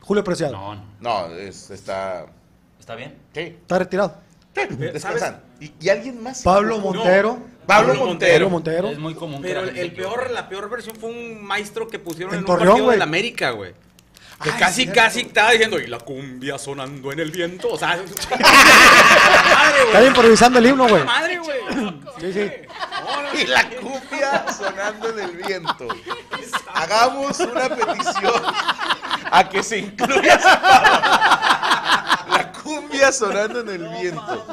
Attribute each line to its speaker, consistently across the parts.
Speaker 1: Julio Preciado.
Speaker 2: No, no.
Speaker 3: No, es- está.
Speaker 2: ¿Está bien?
Speaker 3: Sí,
Speaker 1: Está retirado.
Speaker 3: descansan. ¿Y, y alguien más?
Speaker 1: Pablo Montero.
Speaker 3: Pablo
Speaker 1: Pablo
Speaker 3: Montero.
Speaker 1: Montero.
Speaker 2: Es muy común. que
Speaker 4: Pero
Speaker 2: la
Speaker 4: el,
Speaker 2: gente
Speaker 4: el
Speaker 2: se
Speaker 4: peor,
Speaker 2: equivoque.
Speaker 4: la peor versión fue un maestro que pusieron
Speaker 1: En
Speaker 4: en,
Speaker 1: Torreón,
Speaker 4: un partido
Speaker 1: güey.
Speaker 4: de la América, güey. Que
Speaker 1: Ah,
Speaker 4: casi,
Speaker 1: es cierto.
Speaker 4: casi estaba diciendo, y la cumbia sonando en el viento. O sea, madre,
Speaker 1: Está improvisando el himno, güey.
Speaker 4: Madre, güey.
Speaker 1: Sí, sí.
Speaker 3: Y la cumbia sonando en el viento. Hagamos una petición a que se incluya esa palabra. La cumbia sonando en el viento.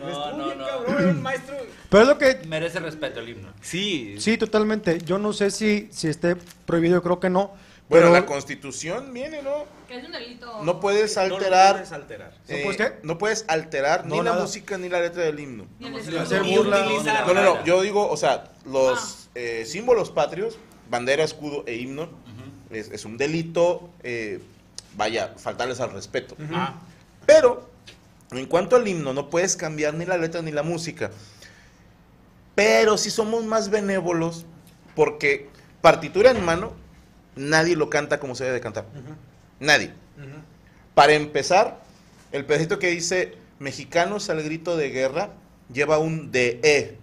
Speaker 2: No, no, no.
Speaker 4: Cabrón, era un maestro.
Speaker 1: Pero es lo que.
Speaker 2: Merece respeto el himno.
Speaker 4: Sí.
Speaker 1: Sí, totalmente. Yo no sé si, si esté prohibido, yo creo que no. pues,
Speaker 3: Bueno,
Speaker 1: Pero
Speaker 3: la constitución viene, ¿no?
Speaker 5: Que es un delito.
Speaker 3: No puedes
Speaker 4: No lo
Speaker 3: alterar. eh,
Speaker 4: puedes alterar.
Speaker 1: ¿No puedes qué?
Speaker 3: no puedes alterar
Speaker 1: No,
Speaker 3: ni la
Speaker 1: nada.
Speaker 3: música ni la letra del himno.
Speaker 5: Ni el
Speaker 2: se
Speaker 5: delito.
Speaker 1: hacer
Speaker 5: Ni
Speaker 1: burla.
Speaker 5: utilizar.
Speaker 3: No, no, no. Yo digo, o sea, los
Speaker 1: Ah.
Speaker 3: eh, símbolos patrios, bandera, escudo e himno, es, es un delito, eh, vaya, faltarles al respeto.
Speaker 4: Ah,
Speaker 3: Pero, en cuanto al himno, no puedes cambiar ni la letra ni la música. Pero si somos más benévolos, porque partitura en mano, nadie lo canta como se debe de cantar. Nadie. Para empezar, el pedacito que dice mexicanos al grito de guerra lleva un DE. e.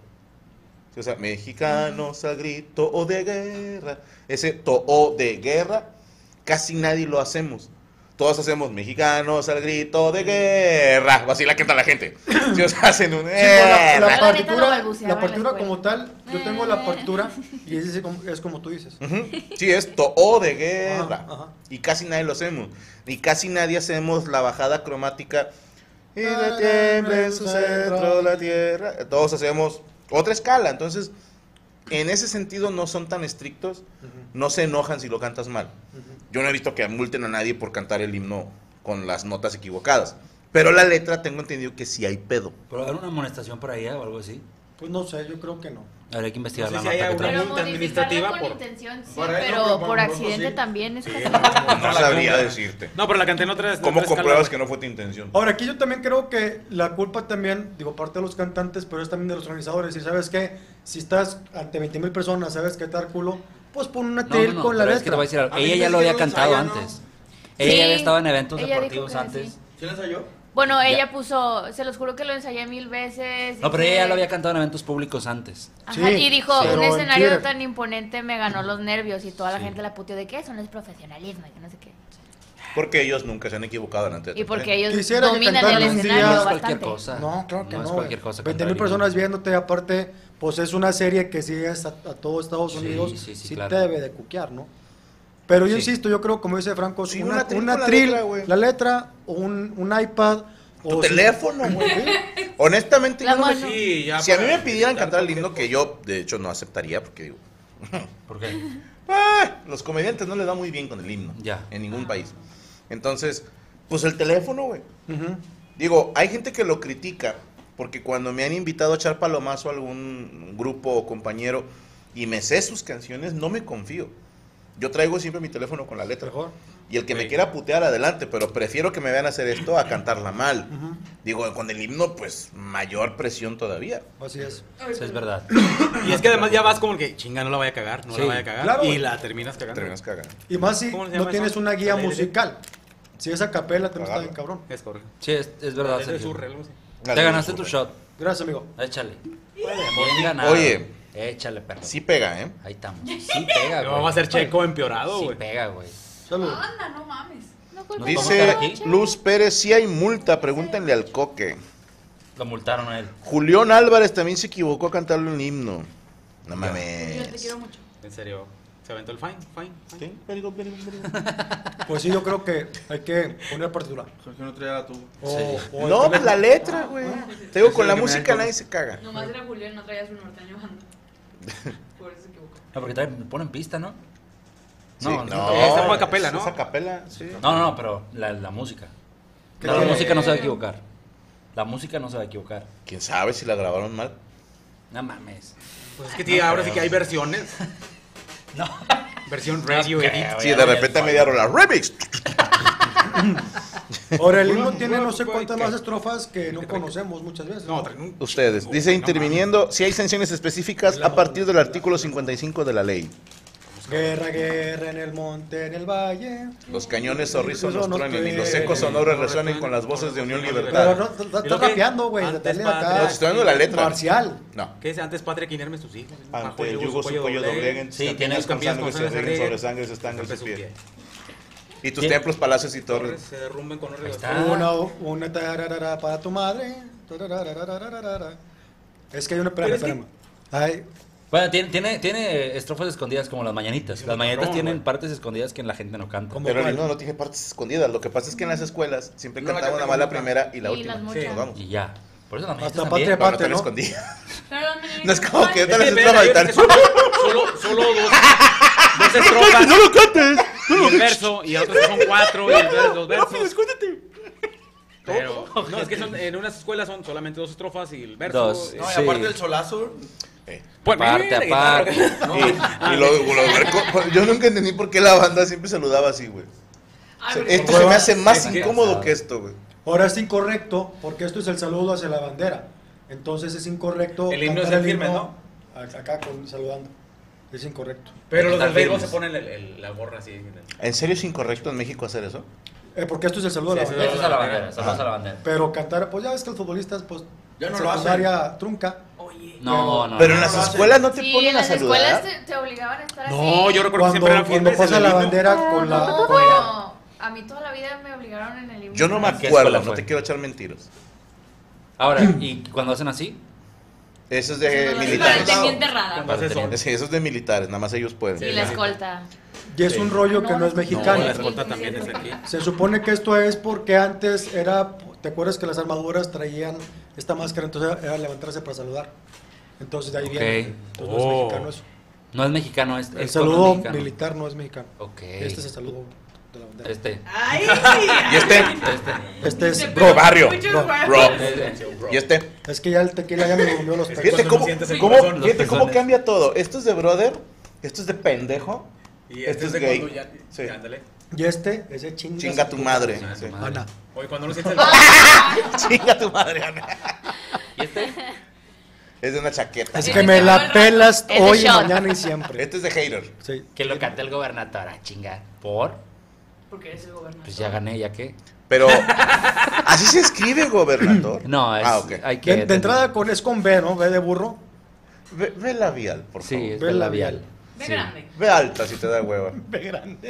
Speaker 3: O sea, mexicanos al grito o de guerra. Ese to o de guerra, casi nadie lo hacemos. Todos hacemos mexicanos al grito de guerra. Así la canta la gente. Si os hacen un.
Speaker 1: Sí, no, la, la
Speaker 5: neta
Speaker 3: "guerra".
Speaker 5: lo
Speaker 1: partitura,
Speaker 5: balbuceaba
Speaker 1: la
Speaker 5: en la
Speaker 1: partitura
Speaker 5: escuela. Eh.
Speaker 1: como tal, yo tengo la partitura y es, así como, es como tú dices.
Speaker 3: Ujú. Sí, es to o de guerra.
Speaker 1: Ajá, ajá.
Speaker 3: Y casi nadie lo hacemos. Y casi nadie hacemos la bajada cromática. Y le tiembla en su centro la tierra. Todos hacemos otra escala. Entonces, en ese sentido no son tan estrictos. No se enojan si lo cantas mal. Yo no he visto que multen a nadie por cantar el himno con las notas equivocadas. Pero la letra tengo entendido que sí hay pedo.
Speaker 2: Pero habrá una amonestación por ahí eh, o algo así.
Speaker 1: Pues no sé, yo creo que no.
Speaker 2: Habría que investigar
Speaker 4: No sé
Speaker 2: la
Speaker 4: si
Speaker 2: nota
Speaker 4: haya
Speaker 2: que
Speaker 4: una-
Speaker 2: trae.
Speaker 5: Pero
Speaker 4: Pregunta administrativa
Speaker 5: modificarla con
Speaker 4: por-
Speaker 5: intención, sí,
Speaker 3: por ahí,
Speaker 5: pero
Speaker 3: no, pero por
Speaker 5: por
Speaker 3: nosotros
Speaker 5: accidente
Speaker 3: sí.
Speaker 5: también es
Speaker 3: No sabría decirte.
Speaker 4: No, pero la canté en otra vez.
Speaker 3: ¿Cómo compruebas que no fue tu intención?
Speaker 1: Ahora, aquí yo también creo que la culpa también, digo, parte de los cantantes, pero es también de los organizadores. Y sabes que si estás ante 20 mil personas, sabes que estar culo, pues pon una
Speaker 2: No, no,
Speaker 1: tel
Speaker 2: no,
Speaker 1: con la
Speaker 2: pero es
Speaker 1: letra.
Speaker 2: que te voy a decir algo.
Speaker 6: A mí
Speaker 2: Ella ya
Speaker 6: me
Speaker 2: lo había
Speaker 6: dijeron,
Speaker 2: cantado
Speaker 6: "Saya, no".
Speaker 2: antes.
Speaker 5: Sí,
Speaker 2: Ella ya había estado en eventos
Speaker 5: ella dijo
Speaker 2: deportivos
Speaker 5: que
Speaker 2: antes.
Speaker 5: sí.
Speaker 6: ¿Sí la ensayó?
Speaker 5: Bueno, ella
Speaker 2: Ya.
Speaker 5: puso, se los juro que lo ensayé mil veces.
Speaker 2: No, pero
Speaker 5: y
Speaker 2: ella
Speaker 5: que-
Speaker 2: ya lo había cantado en eventos públicos antes.
Speaker 5: Ajá,
Speaker 1: Sí,
Speaker 5: y dijo,
Speaker 1: pero
Speaker 5: un
Speaker 1: en
Speaker 5: escenario
Speaker 1: Twitter.
Speaker 5: tan imponente me ganó los nervios y toda la
Speaker 2: Sí.
Speaker 5: gente la puteó de que eso no es profesionalismo y que no sé qué.
Speaker 3: Porque ellos nunca se han equivocado delante de
Speaker 5: Y
Speaker 3: tu
Speaker 5: porque
Speaker 3: frente.
Speaker 5: ellos
Speaker 1: Quisiera que
Speaker 5: dominan el
Speaker 1: cantaran un día-
Speaker 5: escenario
Speaker 2: No es
Speaker 5: bastante.
Speaker 2: cualquier cosa.
Speaker 1: No, claro que no.
Speaker 2: No es cualquier cosa.
Speaker 1: 20 mil
Speaker 2: cantar
Speaker 1: personas
Speaker 2: himno.
Speaker 1: viéndote, aparte, pues es una serie que sigues a, a todo Estados
Speaker 2: Sí,
Speaker 1: Unidos.
Speaker 2: sí, sí,
Speaker 1: sí
Speaker 2: claro.
Speaker 1: te debe de cuquear, ¿no? Pero yo
Speaker 2: Sí.
Speaker 1: insisto, yo creo, como dice Franco,
Speaker 3: Sí,
Speaker 1: una,
Speaker 3: una
Speaker 1: una,
Speaker 3: tril con la
Speaker 1: tril,
Speaker 3: letra, güey.
Speaker 1: la letra, o un, un iPad,
Speaker 3: Tu
Speaker 1: o si-
Speaker 3: teléfono, güey. Honestamente,
Speaker 5: La
Speaker 3: yo no me-
Speaker 5: mano.
Speaker 4: Sí, ya.
Speaker 3: si a mí
Speaker 4: para
Speaker 3: me pidieran
Speaker 4: evitar
Speaker 3: cantar el himno,
Speaker 4: cualquier
Speaker 3: que yo de hecho no aceptaría, porque digo,
Speaker 2: ¿Por qué?
Speaker 3: "Ah, los comediantes no les da muy bien con el himno
Speaker 2: Ya.
Speaker 3: en ningún país. Entonces, pues el teléfono, güey.
Speaker 1: Ujú.
Speaker 3: Digo, hay gente que lo critica, porque cuando me han invitado a echar palomazo a algún grupo o compañero y me sé sus canciones, no me confío. Yo traigo siempre mi teléfono con la letra.
Speaker 1: Mejor.
Speaker 3: Y el que me
Speaker 4: Ok.
Speaker 3: quiera putear adelante, pero prefiero que me vean hacer esto a cantarla mal. Digo, con el himno, pues mayor presión todavía.
Speaker 1: Así es.
Speaker 2: Eso es verdad.
Speaker 4: Y es que además ya vas como que, chinga, no la vaya a cagar, no
Speaker 2: Sí.
Speaker 4: la vaya a cagar.
Speaker 1: Claro,
Speaker 4: y
Speaker 1: güey.
Speaker 4: la terminas cagando.
Speaker 3: Terminas cagando.
Speaker 1: Y más si
Speaker 4: ¿Cómo se
Speaker 1: no
Speaker 4: llama
Speaker 1: tienes
Speaker 4: eso?
Speaker 1: una guía
Speaker 4: Al aire.
Speaker 1: musical. Si es a capela, te está
Speaker 3: Cagarla.
Speaker 1: bien cabrón.
Speaker 4: Es correcto.
Speaker 2: Sí, es, es verdad,
Speaker 4: Es de
Speaker 2: Sergio.
Speaker 4: su reloj, sí.
Speaker 2: Te ganaste tu shot.
Speaker 1: Gracias, amigo.
Speaker 2: Échale. Bien ganado.
Speaker 3: Oye.
Speaker 2: Échale, perro.
Speaker 3: Sí pega, ¿eh?
Speaker 2: Ahí estamos. Sí pega, güey.
Speaker 4: Vamos a hacer checo empeorado,
Speaker 2: Sí
Speaker 4: güey.
Speaker 2: pega, güey.
Speaker 1: Saludos.
Speaker 5: Anda, no mames. No
Speaker 2: Nos vamos a
Speaker 5: culpes
Speaker 3: Dice
Speaker 2: quedar aquí.
Speaker 3: Luz Pérez, si hay multa, pregúntenle al coque.
Speaker 2: Lo multaron a él.
Speaker 3: Julián Álvarez también se equivocó a cantarle un himno. No
Speaker 5: Yo te
Speaker 3: mames.
Speaker 5: quiero mucho.
Speaker 4: En serio. Se aventó el fine, fine, fine.
Speaker 3: Sí, perigo, perigo, perigo.
Speaker 1: Pues sí, yo creo que hay que poner partitura.
Speaker 6: Sergio no traía la tuba.
Speaker 1: O- o el
Speaker 3: No,
Speaker 1: teléfono.
Speaker 3: pues la letra, güey. Te digo,
Speaker 6: Eso
Speaker 3: con la
Speaker 6: es lo que me da
Speaker 3: música
Speaker 6: el
Speaker 3: nadie
Speaker 6: coque.
Speaker 3: se caga.
Speaker 5: Nomás era Julián, no traía su norteño banda. Por eso se equivocó.
Speaker 2: No, porque traen- ponen pista, ¿no?
Speaker 3: Sí,
Speaker 2: No, no.
Speaker 4: Esa fue a capela, ¿no?
Speaker 3: Es a capela, sí.
Speaker 2: No, no, no, pero la, la música.
Speaker 1: ¿Qué
Speaker 2: La,
Speaker 1: tiene?
Speaker 2: música no se va a equivocar. La música no se va a equivocar.
Speaker 3: Quién sabe si la grabaron mal.
Speaker 2: No mames.
Speaker 4: Pues es que tía, ahora sí que hay versiones.
Speaker 2: No.
Speaker 4: Versión radio edit.
Speaker 2: creo.
Speaker 3: Sí, de repente a media hora, remix.
Speaker 1: Ahora, el himno tiene
Speaker 4: bueno,
Speaker 1: no sé
Speaker 4: pues,
Speaker 1: cuántas
Speaker 4: ¿qué?
Speaker 1: más estrofas que no conocemos muchas veces.
Speaker 4: No, traen un-
Speaker 3: Ustedes. Dice
Speaker 4: No
Speaker 3: interviniendo si hay sanciones específicas a partir del artículo 55 de la ley.
Speaker 1: Guerra, guerra en el monte, en el valle.
Speaker 3: Los cañones zorrizos
Speaker 1: Eso
Speaker 3: nos
Speaker 1: no
Speaker 3: truenen y
Speaker 1: estoy-
Speaker 3: los ecos sonoros resuenen con las voces de Unión
Speaker 1: Pero
Speaker 3: Libertad.
Speaker 1: no, está,
Speaker 4: Y lo
Speaker 1: está
Speaker 4: que-
Speaker 1: rapeando, güey.
Speaker 4: antes
Speaker 1: Dale
Speaker 4: para
Speaker 1: acá.
Speaker 3: No, te estoy dando la letra.
Speaker 1: Marcial.
Speaker 3: No.
Speaker 4: ¿Qué es? Antes patria que inerme sus hijos. Bajo
Speaker 3: Ante el yugo su cuello dobleguen,
Speaker 2: Sí,
Speaker 3: sí,
Speaker 2: tiene
Speaker 3: tienes con
Speaker 4: campiñas con
Speaker 3: sangre se
Speaker 4: sangre
Speaker 3: rieguen
Speaker 4: se
Speaker 3: sobre
Speaker 4: rieguen,
Speaker 3: sangre se estangan
Speaker 4: golpe
Speaker 3: sus
Speaker 4: su
Speaker 3: pies.
Speaker 4: pie.
Speaker 3: Y tus
Speaker 2: ¿Quién?
Speaker 3: templos, palacios y
Speaker 4: Torres
Speaker 3: torres.
Speaker 4: se derrumben con un
Speaker 2: Ahí
Speaker 4: regalo.
Speaker 3: Ah.
Speaker 2: está.
Speaker 1: Una, una tararara para tu madre. Tararararararara. Es que hay una. Espérame,
Speaker 4: Pero es que-
Speaker 1: espérame. Ay,
Speaker 2: Bueno, tiene, tiene, tiene estrofas escondidas como las mañanitas. Las mañanitas
Speaker 4: cabrón,
Speaker 2: tienen
Speaker 4: güey.
Speaker 2: partes escondidas que la gente no canta.
Speaker 1: ¿Cómo?
Speaker 3: Pero
Speaker 1: cuál?
Speaker 3: no, no tiene partes escondidas. Lo que pasa es que en las escuelas siempre
Speaker 4: No, la
Speaker 3: cantaban
Speaker 4: que
Speaker 3: la mala
Speaker 4: tengo
Speaker 3: primera y la
Speaker 5: Y
Speaker 3: última.
Speaker 5: las
Speaker 3: Nos
Speaker 5: muchas.
Speaker 3: vamos.
Speaker 2: Y ya. Por eso las mañanitas
Speaker 1: Hasta
Speaker 2: también.
Speaker 1: patria-
Speaker 3: No, no están
Speaker 1: ¿no?
Speaker 3: escondidas.
Speaker 5: Pero las mañanitas
Speaker 3: No es como
Speaker 5: son-
Speaker 3: que te
Speaker 4: Espérate,
Speaker 3: las estaba
Speaker 4: espérate,
Speaker 3: gritando.
Speaker 4: solo, solo, solo dos, dos estrofas. ¡No lo cantes! Y el verso, y otros son cuatro, y el verso, dos versos. Pero, no, es que son, en unas escuelas son solamente dos estrofas y el verso.
Speaker 2: Dos.
Speaker 4: eh,
Speaker 6: No, y
Speaker 2: Sí.
Speaker 6: aparte del solazo.
Speaker 3: Eh,
Speaker 4: Pues,
Speaker 2: Aparte,
Speaker 4: mira, guitarra,
Speaker 2: aparte.
Speaker 4: güey.
Speaker 3: Y, y lo, lo- lo- yo nunca entendí por qué la banda siempre saludaba así, güey.
Speaker 5: Ay,
Speaker 3: O sea,
Speaker 5: pero-
Speaker 3: Esto se me hace más
Speaker 4: Es que-
Speaker 3: incómodo que esto, güey.
Speaker 1: Ahora es incorrecto porque esto es el saludo hacia la bandera. Entonces es incorrecto.
Speaker 4: El himno
Speaker 1: cantar
Speaker 4: es el firme,
Speaker 1: himno a- Acá con, saludando. Es incorrecto.
Speaker 4: Pero los
Speaker 2: Están
Speaker 4: del Facebook se
Speaker 2: firmes.
Speaker 4: ponen el- el- la gorra así.
Speaker 3: ¿En serio es incorrecto en México hacer eso?
Speaker 1: Eh, porque esto es el saludo a la
Speaker 4: Sí, sí,
Speaker 1: bandera.
Speaker 2: Eso es a la bandera. Saludos a la bandera.
Speaker 1: Pero cantar, pues ya ves que los futbolistas, pues.
Speaker 6: Ya no
Speaker 1: en
Speaker 6: lo hacen.
Speaker 1: secundaria trunca.
Speaker 2: No, no.
Speaker 3: Pero en
Speaker 2: no.
Speaker 3: las
Speaker 6: no lo hacen.
Speaker 3: escuelas no te
Speaker 5: Sí,
Speaker 3: ponen
Speaker 5: en
Speaker 3: a
Speaker 5: las escuelas
Speaker 3: saludar.
Speaker 5: te, te obligaban a estar así.
Speaker 4: No, yo recuerdo que
Speaker 1: Cuando,
Speaker 4: siempre eran
Speaker 1: cuando
Speaker 4: firmes.
Speaker 1: pasa
Speaker 4: el
Speaker 1: la
Speaker 4: himno.
Speaker 1: bandera con la. con la-
Speaker 5: No, bueno, a mí toda la vida me obligaron en el himno.
Speaker 3: Yo no me
Speaker 2: ¿En qué escuela
Speaker 3: acuerdo, no
Speaker 2: fue?
Speaker 3: te quiero echar mentiras.
Speaker 2: Ahora, ¿y cuando hacen así?
Speaker 3: Eso es
Speaker 5: No,
Speaker 3: de
Speaker 5: no,
Speaker 3: militares.
Speaker 5: no, tenía enterrada.
Speaker 4: Cuando hace sol.
Speaker 3: Sí, eso es de militares, nada más ellos pueden.
Speaker 5: Y la escolta.
Speaker 1: Y es un rollo que no es mexicano.
Speaker 4: No, la escolta también es aquí.
Speaker 1: Se supone que esto es porque antes era, ¿te acuerdas que las armaduras traían esta máscara? Entonces era levantarse para saludar. Entonces de ahí viene.
Speaker 2: Ok.
Speaker 1: Entonces no
Speaker 4: Oh.
Speaker 1: es mexicano eso.
Speaker 2: No es mexicano, es,
Speaker 1: El
Speaker 2: es
Speaker 1: saludo
Speaker 2: mexicano.
Speaker 1: militar no es mexicano.
Speaker 2: Ok.
Speaker 1: Este es el saludo de la bandera.
Speaker 2: Este.
Speaker 6: ¡Ay!
Speaker 3: Y este,
Speaker 1: Este es,
Speaker 3: bro, barrio.
Speaker 5: Muchos
Speaker 1: Bro,
Speaker 5: barrios.
Speaker 3: bro. Y este.
Speaker 1: es que ya el tequila ya me durmió los
Speaker 3: Fíjate
Speaker 1: tacos.
Speaker 3: Este, cómo,
Speaker 4: sientes el
Speaker 3: cómo-
Speaker 4: corazón, los
Speaker 3: fíjate cómo
Speaker 2: pezones.
Speaker 3: cambia todo. Esto es de brother, esto es de pendejo,
Speaker 4: Y
Speaker 3: este es
Speaker 4: de
Speaker 3: gay.
Speaker 4: cuando ya-
Speaker 3: Sí.
Speaker 4: ya, ándale.
Speaker 1: Y este es de chinga.
Speaker 3: chinga tu madre.
Speaker 2: Chinga tu
Speaker 3: Sí.
Speaker 2: madre.
Speaker 1: Ana.
Speaker 4: Oye, cuando uno siente el
Speaker 3: Chinga tu madre, Ana.
Speaker 2: ¿Y este?
Speaker 3: Es de una chaqueta.
Speaker 1: Es que me la pelas
Speaker 5: Es de
Speaker 1: hoy,
Speaker 5: shot.
Speaker 1: mañana y siempre.
Speaker 3: Este es de hater.
Speaker 1: Sí.
Speaker 2: Que lo canta el gobernador. Ah, chinga. ¿Por?
Speaker 5: Porque eres el gobernador.
Speaker 2: Pues ya gané, ¿ya qué?
Speaker 3: Pero así se escribe gobernador.
Speaker 2: No, es,
Speaker 3: Ah, ok.
Speaker 2: hay que...
Speaker 1: De, de entrada con, es con B, ¿no? B de burro.
Speaker 3: Ve, ve labial, por favor.
Speaker 2: Sí, es
Speaker 1: Ve
Speaker 2: del
Speaker 1: el
Speaker 2: labial.
Speaker 1: labial.
Speaker 5: De
Speaker 2: Sí.
Speaker 5: grande.
Speaker 3: Ve alta si te da hueva.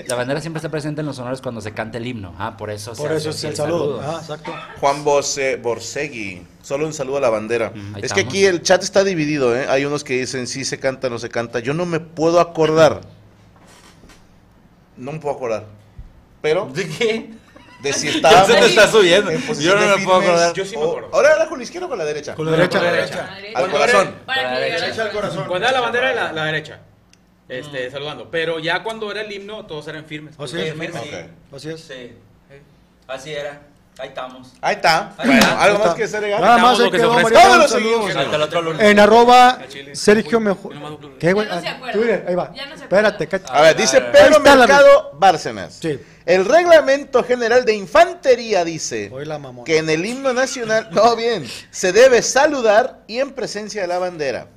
Speaker 2: La bandera siempre está presente en los honores cuando se canta el himno. Ah, por eso se
Speaker 1: Por
Speaker 2: hace
Speaker 1: eso es
Speaker 2: así
Speaker 1: el saludo. Ah, exacto.
Speaker 3: Juan Bose Borsegui. Solo un saludo a la bandera.
Speaker 2: Mm, ahí
Speaker 3: es que
Speaker 2: estamos.
Speaker 3: aquí el chat está dividido, ¿eh? Hay unos que dicen sí se canta, no se canta. Yo no me puedo acordar. No me puedo acordar. Pero
Speaker 2: ¿De qué?
Speaker 3: de si estaba
Speaker 2: se te está subiendo.
Speaker 3: en posición
Speaker 2: Yo no
Speaker 3: de
Speaker 2: me puedo
Speaker 3: fitness
Speaker 2: acordar.
Speaker 4: Yo sí me
Speaker 3: o-
Speaker 4: acuerdo.
Speaker 3: Ahora era con la izquierda o con la derecha.
Speaker 1: Con la derecha.
Speaker 3: Al corazón.
Speaker 5: Para que
Speaker 2: Derecha.
Speaker 6: Echa el
Speaker 5: llegara.
Speaker 6: corazón.
Speaker 4: Cuando era la bandera, la, la derecha. Este, saludando. Pero ya cuando era el himno, todos eran firmes.
Speaker 1: ¿O Oh, sí?
Speaker 6: Sí, firme, sí.
Speaker 3: Ok.
Speaker 1: Así es.
Speaker 6: Sí. Así era. Ahí estamos.
Speaker 3: Ahí está.
Speaker 6: Ahí
Speaker 3: Bueno, algo
Speaker 6: está.
Speaker 1: Ahí
Speaker 3: más
Speaker 1: está.
Speaker 3: que hacer ¿eh?
Speaker 1: Nada
Speaker 4: Estamos
Speaker 1: más
Speaker 4: lo
Speaker 1: se
Speaker 4: que se
Speaker 1: quedó
Speaker 4: ofrezca.
Speaker 1: Mario,
Speaker 3: Vámonos,
Speaker 1: saludos.
Speaker 3: seguimos.
Speaker 2: Hasta el otro lunes.
Speaker 1: En arroba
Speaker 4: A Chile.
Speaker 1: Sergio
Speaker 4: Uy,
Speaker 1: Mejor.
Speaker 4: yo nomás lo-
Speaker 1: ¿Qué, güey?
Speaker 5: Ya no se
Speaker 1: Ah,
Speaker 5: acuerda.
Speaker 1: Twitter, ahí va.
Speaker 5: Ya no se acuerda.
Speaker 1: Espérate, cacha.
Speaker 3: A ver, dice Pedro
Speaker 1: Ahí está la-
Speaker 3: Mercado Bárcenas.
Speaker 1: Sí.
Speaker 3: El reglamento general de infantería dice
Speaker 1: Hoy la mamón.
Speaker 3: que en el himno nacional, no bien, se debe saludar y en presencia de la bandera.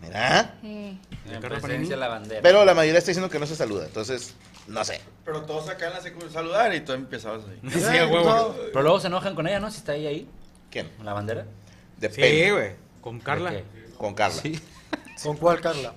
Speaker 3: Mira,
Speaker 5: Sí.
Speaker 2: En presencia de la bandera.
Speaker 3: pero la mayoría está diciendo que no se saluda, entonces no sé.
Speaker 6: Pero todos acá en la secundaria saludar y tú empezabas ahí.
Speaker 4: Sí,
Speaker 1: Eh,
Speaker 4: a huevo.
Speaker 2: Pero luego se enojan con ella, ¿no? Si está ahí, ahí.
Speaker 3: ¿Quién?
Speaker 2: ¿Con la bandera?
Speaker 4: Sí,
Speaker 3: Depende.
Speaker 4: güey. Con Carla.
Speaker 2: ¿De qué?
Speaker 3: Con Carla.
Speaker 1: ¿Con cuál, Carla?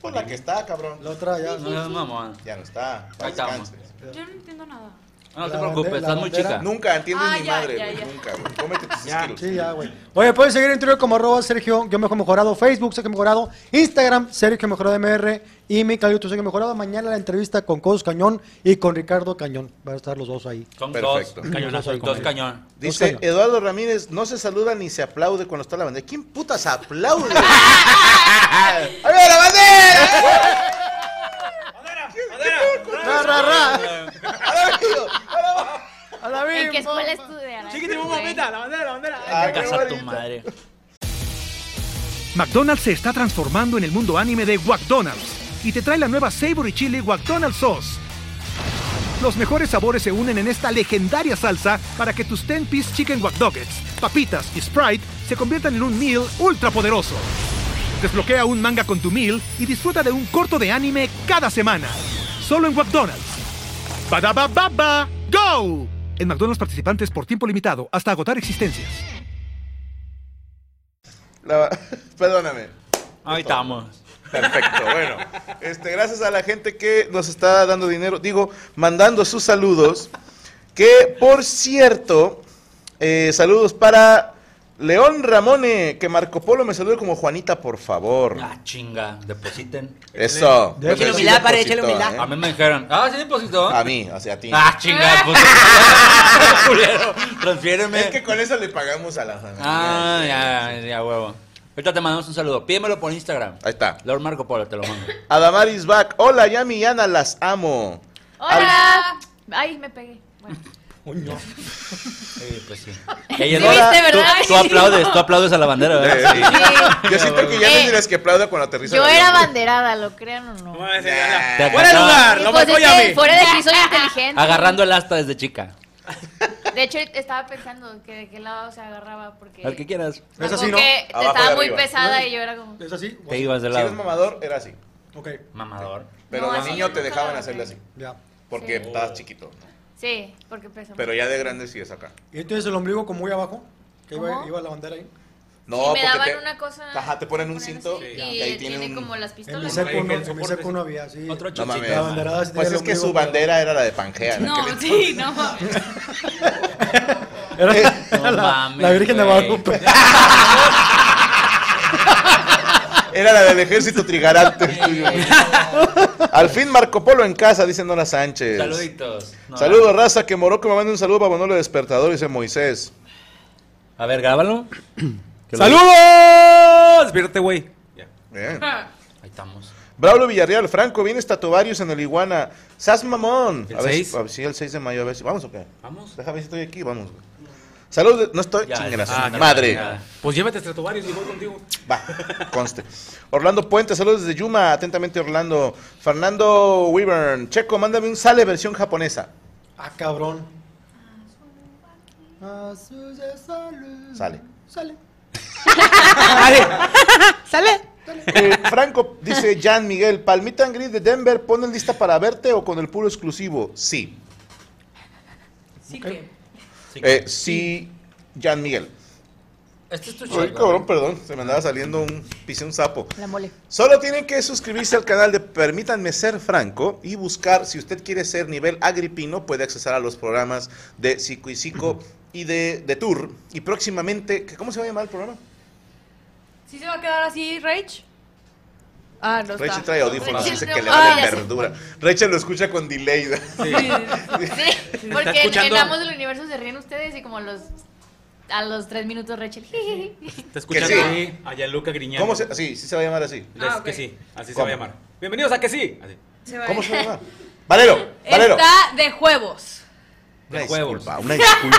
Speaker 3: Por la que está, cabrón.
Speaker 1: La otra ya.
Speaker 2: No, no, mamón.
Speaker 3: Ya no está.
Speaker 2: Ahí estamos.
Speaker 3: Descanse.
Speaker 5: Yo no entiendo nada.
Speaker 2: No te
Speaker 1: La
Speaker 2: preocupes,
Speaker 1: bandera-
Speaker 2: estás
Speaker 1: la
Speaker 2: muy
Speaker 1: bandera-
Speaker 2: chica.
Speaker 3: Nunca entiendes
Speaker 5: Ah,
Speaker 3: mi
Speaker 5: ya,
Speaker 3: madre,
Speaker 5: ya,
Speaker 3: güey,
Speaker 5: ya.
Speaker 3: Nunca, güey. Cómete tus
Speaker 4: Ya.
Speaker 3: esquilos.
Speaker 1: Sí, ya, güey. Oye, puedes seguir en Twitter como arroba Sergio, yo mejor mejorado, Facebook, Sergio Mejorado, Instagram, Sergio Mejorado MR y mi canal YouTube, Sergio Mejorado. Mañana la entrevista con Codos Cañón y con Ricardo Cañón. Van a estar los dos ahí.
Speaker 2: Son
Speaker 3: Perfecto.
Speaker 2: dos. Cañonazo. Dos cañón.
Speaker 3: Dice eh,
Speaker 1: Búscalo.
Speaker 3: Eduardo Ramírez, no se saluda ni se aplaude cuando está la bandera. ¿Quién putas aplaude? ¡Arriba la bandera! ¿Qué- qué pedo con
Speaker 1: ra.
Speaker 3: ¡Ahora, tío! ¡Ahora!
Speaker 1: A la
Speaker 5: ¿En qué
Speaker 1: bimbo.
Speaker 5: escuela estudiarás?
Speaker 4: Chiqui, tenemos
Speaker 5: güey?
Speaker 4: bombeta, la bandera, la bandera.
Speaker 3: Ah, qué
Speaker 2: Casa tu
Speaker 3: bonito.
Speaker 2: madre.
Speaker 7: McDonald's se está transformando en el mundo anime de McDonald's y te trae la nueva Savory Chili McDonald's Sauce. Los mejores sabores se unen en esta legendaria salsa para que tus 10-piece chicken wack doggets, papitas y Sprite se conviertan en un meal ultra poderoso. Desbloquea un manga con tu meal y disfruta de un corto de anime cada semana. Solo en McDonald's. Badaba baba, go. En McDonald's participantes por tiempo limitado hasta agotar existencias.
Speaker 3: La- Perdóname.
Speaker 2: Ahí estamos.
Speaker 3: Perfecto, bueno. Este, gracias a la gente que nos está dando dinero, digo, mandando sus saludos. Que por cierto, eh, saludos para León Ramone, que Marco Polo me salude como Juanita, por favor.
Speaker 2: Ah, chinga, depositen.
Speaker 3: Eso.
Speaker 1: Échale
Speaker 3: Porque Pues, sí
Speaker 6: humildad, padre, échale
Speaker 3: depositó, ¿eh?
Speaker 6: humildad.
Speaker 2: A mí me dijeron, ah, sí depositó.
Speaker 3: A mí, o sea, a ti.
Speaker 2: Ah, chinga, pues. culero, transfiéreme.
Speaker 3: es que con eso le pagamos a la familia.
Speaker 2: Ah, ya, ya, ya, huevo. Ahorita te mandamos un saludo. Pídemelo por Instagram.
Speaker 3: Ahí está.
Speaker 2: Lord Marco Polo, te lo mando.
Speaker 3: Adamaris Back. Hola, Yami y Ana, las amo.
Speaker 5: ¡Hola! Ay, me pegué. Bueno.
Speaker 2: Sí, pues sí.
Speaker 5: Sí, viste, ¿verdad?
Speaker 2: Tú, tú aplaudes, tú aplaudes a la bandera,
Speaker 3: Eh,
Speaker 2: ¿verdad?
Speaker 3: sí.
Speaker 5: Sí.
Speaker 3: Yo siento que ya
Speaker 5: Eh,
Speaker 3: no tienes que aplauda cuando aterriza.
Speaker 5: Yo
Speaker 3: el
Speaker 5: era
Speaker 3: avión.
Speaker 5: banderada, lo crean o no.
Speaker 4: No me decían nada.
Speaker 2: Te
Speaker 4: ¡Fuera de
Speaker 2: acaba-
Speaker 4: lugar!
Speaker 5: Y
Speaker 4: ¡Lo
Speaker 5: pues
Speaker 4: marcó
Speaker 5: es que
Speaker 4: Yami!
Speaker 5: fuera de aquí soy inteligente.
Speaker 2: Agarrando el asta desde chica.
Speaker 5: De hecho, estaba pensando que de qué lado se agarraba porque.
Speaker 2: Al que quieras.
Speaker 1: Es
Speaker 5: como
Speaker 1: así, ¿no?
Speaker 5: que
Speaker 3: Abajo de
Speaker 5: estaba muy
Speaker 3: arriba.
Speaker 5: pesada y yo era como.
Speaker 1: Pues ¿Es así?
Speaker 2: Te ibas de
Speaker 3: Si eres
Speaker 2: lado.
Speaker 3: mamador, era así.
Speaker 1: Ok,
Speaker 2: Mamador.
Speaker 3: Pero
Speaker 5: No,
Speaker 3: de
Speaker 5: así
Speaker 3: niño
Speaker 5: yo
Speaker 3: te
Speaker 5: nunca
Speaker 3: dejaban
Speaker 5: lo
Speaker 3: hacerle
Speaker 5: logré.
Speaker 3: así.
Speaker 1: ya.
Speaker 3: Porque
Speaker 5: Sí.
Speaker 3: estabas chiquito. ¿no?
Speaker 5: Sí, porque pesaba.
Speaker 3: Pero ya de grande sí es acá.
Speaker 1: ¿Y entonces el ombligo como muy abajo? Que iba,
Speaker 5: ¿Cómo?
Speaker 1: iba la bandera ahí.
Speaker 3: No,
Speaker 5: Sí, me
Speaker 3: porque
Speaker 5: daban
Speaker 3: te-
Speaker 5: una cosa.
Speaker 3: Ajá, te ponen un
Speaker 5: así
Speaker 3: cinto
Speaker 5: Y,
Speaker 3: y ahí tiene
Speaker 5: tiene,
Speaker 3: un-
Speaker 5: como las
Speaker 1: En mi
Speaker 5: pistolas.
Speaker 1: cerco
Speaker 4: Ay,
Speaker 1: uno,
Speaker 4: el
Speaker 1: en mi
Speaker 4: soporte,
Speaker 1: cerco
Speaker 4: sí.
Speaker 1: uno había, sí.
Speaker 2: Otro
Speaker 3: No mames.
Speaker 2: chuchito.
Speaker 1: La banderada sí
Speaker 3: Pues
Speaker 1: tenía
Speaker 3: es
Speaker 1: el
Speaker 3: que su
Speaker 1: ombligo, pero-
Speaker 3: bandera era la de Pangea. en
Speaker 5: No,
Speaker 3: aquel
Speaker 5: sí, no mames.
Speaker 1: Era
Speaker 2: No
Speaker 1: la,
Speaker 2: mames,
Speaker 1: la Virgen de
Speaker 2: güey.
Speaker 1: Guadalupe.
Speaker 3: entonces. Era la del ejército trigarante. tuyo. Al fin Marco Polo en casa, dice Nora Sánchez.
Speaker 2: Saluditos. No,
Speaker 3: Saludos, raza, que Morocco me manda un saludo para Manolo Despertador, dice Moisés.
Speaker 2: A ver, grábalo. Que lo-
Speaker 4: ¡Saludos! Despiértate, güey.
Speaker 3: Bien.
Speaker 2: Ahí estamos.
Speaker 3: Braulio Villarreal, Franco, vienes tatuarios en el Iguana. ¡Sas mamón!
Speaker 4: ¿El
Speaker 3: a ver, si-
Speaker 4: seis?
Speaker 3: a ver si el 6 de mayo, a ver si. ¿Vamos o qué?
Speaker 4: Vamos.
Speaker 3: Déjame ver si estoy aquí, vamos. güey. Saludos, de- no estoy.
Speaker 2: Ya,
Speaker 3: Chingueras,
Speaker 2: ah, ya,
Speaker 3: madre.
Speaker 2: ya.
Speaker 4: Pues llévate a Stratovarius y voy contigo.
Speaker 3: Va, conste. Orlando Puente, saludos desde Yuma. Atentamente, Orlando. Fernando Weavern, Checo, mándame un sale versión japonesa.
Speaker 1: Ah, cabrón. Ah,
Speaker 3: Sale.
Speaker 1: Sale.
Speaker 3: Eh, Franco dice Jan Miguel, Palmita and Gris de Denver, ¿ponen lista para verte o con el puro exclusivo? Sí.
Speaker 5: Sí que.
Speaker 2: Sí.
Speaker 3: Eh, sí, Jan Miguel.
Speaker 2: Este es tu
Speaker 3: Ay,
Speaker 2: chico.
Speaker 3: cabrón, perdón. Se me andaba saliendo un. Pisé un sapo.
Speaker 5: La mole.
Speaker 3: Solo tienen que suscribirse al canal de Permítanme Ser Franco y buscar, si usted quiere ser nivel agripino, puede accesar a los programas de Psico y Psico y de, de Tour. Y próximamente, ¿qué- ¿cómo se va a llamar el programa?
Speaker 5: ¿Sí se va a quedar así, Rage? Ah, no
Speaker 3: Rachel
Speaker 5: está.
Speaker 3: trae audífonos,
Speaker 5: Rachel
Speaker 3: dice
Speaker 5: no-
Speaker 3: que le
Speaker 5: Ah,
Speaker 3: vale
Speaker 5: ya sé.
Speaker 3: verdura. Rachel lo escucha con delay.
Speaker 5: Sí, Sí,
Speaker 4: ¿Está
Speaker 5: porque en,
Speaker 4: escuchando?
Speaker 5: en Amos del Universo se ríen ustedes y como los a los tres minutos Rachel.
Speaker 4: Te escuchando
Speaker 3: sí.
Speaker 4: ahí a Yaluca Griñán.
Speaker 3: ¿Cómo se, sí, sí se va a llamar así.
Speaker 4: Les-
Speaker 5: Ah, ok.
Speaker 4: Que sí, así
Speaker 3: ¿Cómo?
Speaker 4: se va a llamar. Bienvenidos a que sí. Así.
Speaker 3: ¿Cómo se va a llamar? Valero, Valero.
Speaker 5: Está de juegos.
Speaker 3: Una
Speaker 2: De juegos.
Speaker 3: disculpa, una disculpa.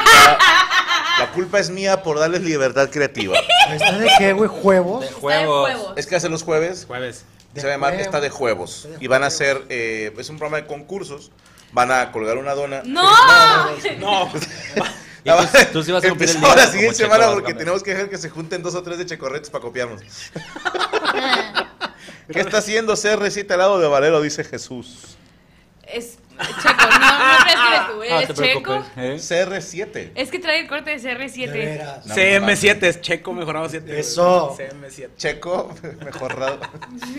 Speaker 3: La culpa es mía por darles libertad creativa.
Speaker 1: ¿Está de qué, güey? ¿Juegos?
Speaker 2: De
Speaker 5: Está de
Speaker 2: juegos.
Speaker 5: juegos.
Speaker 3: Es que hace los jueves
Speaker 4: Jueves.
Speaker 1: De
Speaker 3: se va a llamar
Speaker 1: juegos.
Speaker 3: Está de Juegos.
Speaker 1: de
Speaker 3: Y van a hacer, eh, es un programa de concursos. Van a colgar una dona.
Speaker 5: ¡No!
Speaker 4: No.
Speaker 2: Y tú, tú sí vas a cumplir el día.
Speaker 3: Empezamos la
Speaker 2: como
Speaker 3: siguiente
Speaker 2: Checo
Speaker 3: semana
Speaker 2: Vázquez.
Speaker 3: porque tenemos que dejar que se junten dos o tres de checorretes para copiarnos. ¿Qué está haciendo CR7 al lado de Valero? Dice Jesús.
Speaker 5: Es Checo, no, no crees que
Speaker 8: Ah.
Speaker 5: eres tú,
Speaker 2: No
Speaker 5: eres
Speaker 2: te
Speaker 5: Checo.
Speaker 2: preocupes. ¿eh?
Speaker 3: CR7.
Speaker 5: Es que trae el corte de
Speaker 1: De
Speaker 5: CR7.
Speaker 1: veras.
Speaker 3: No,
Speaker 4: CM7 es Checo mejorado 7.
Speaker 1: Eso.
Speaker 4: CM7.
Speaker 3: Checo, mejorado.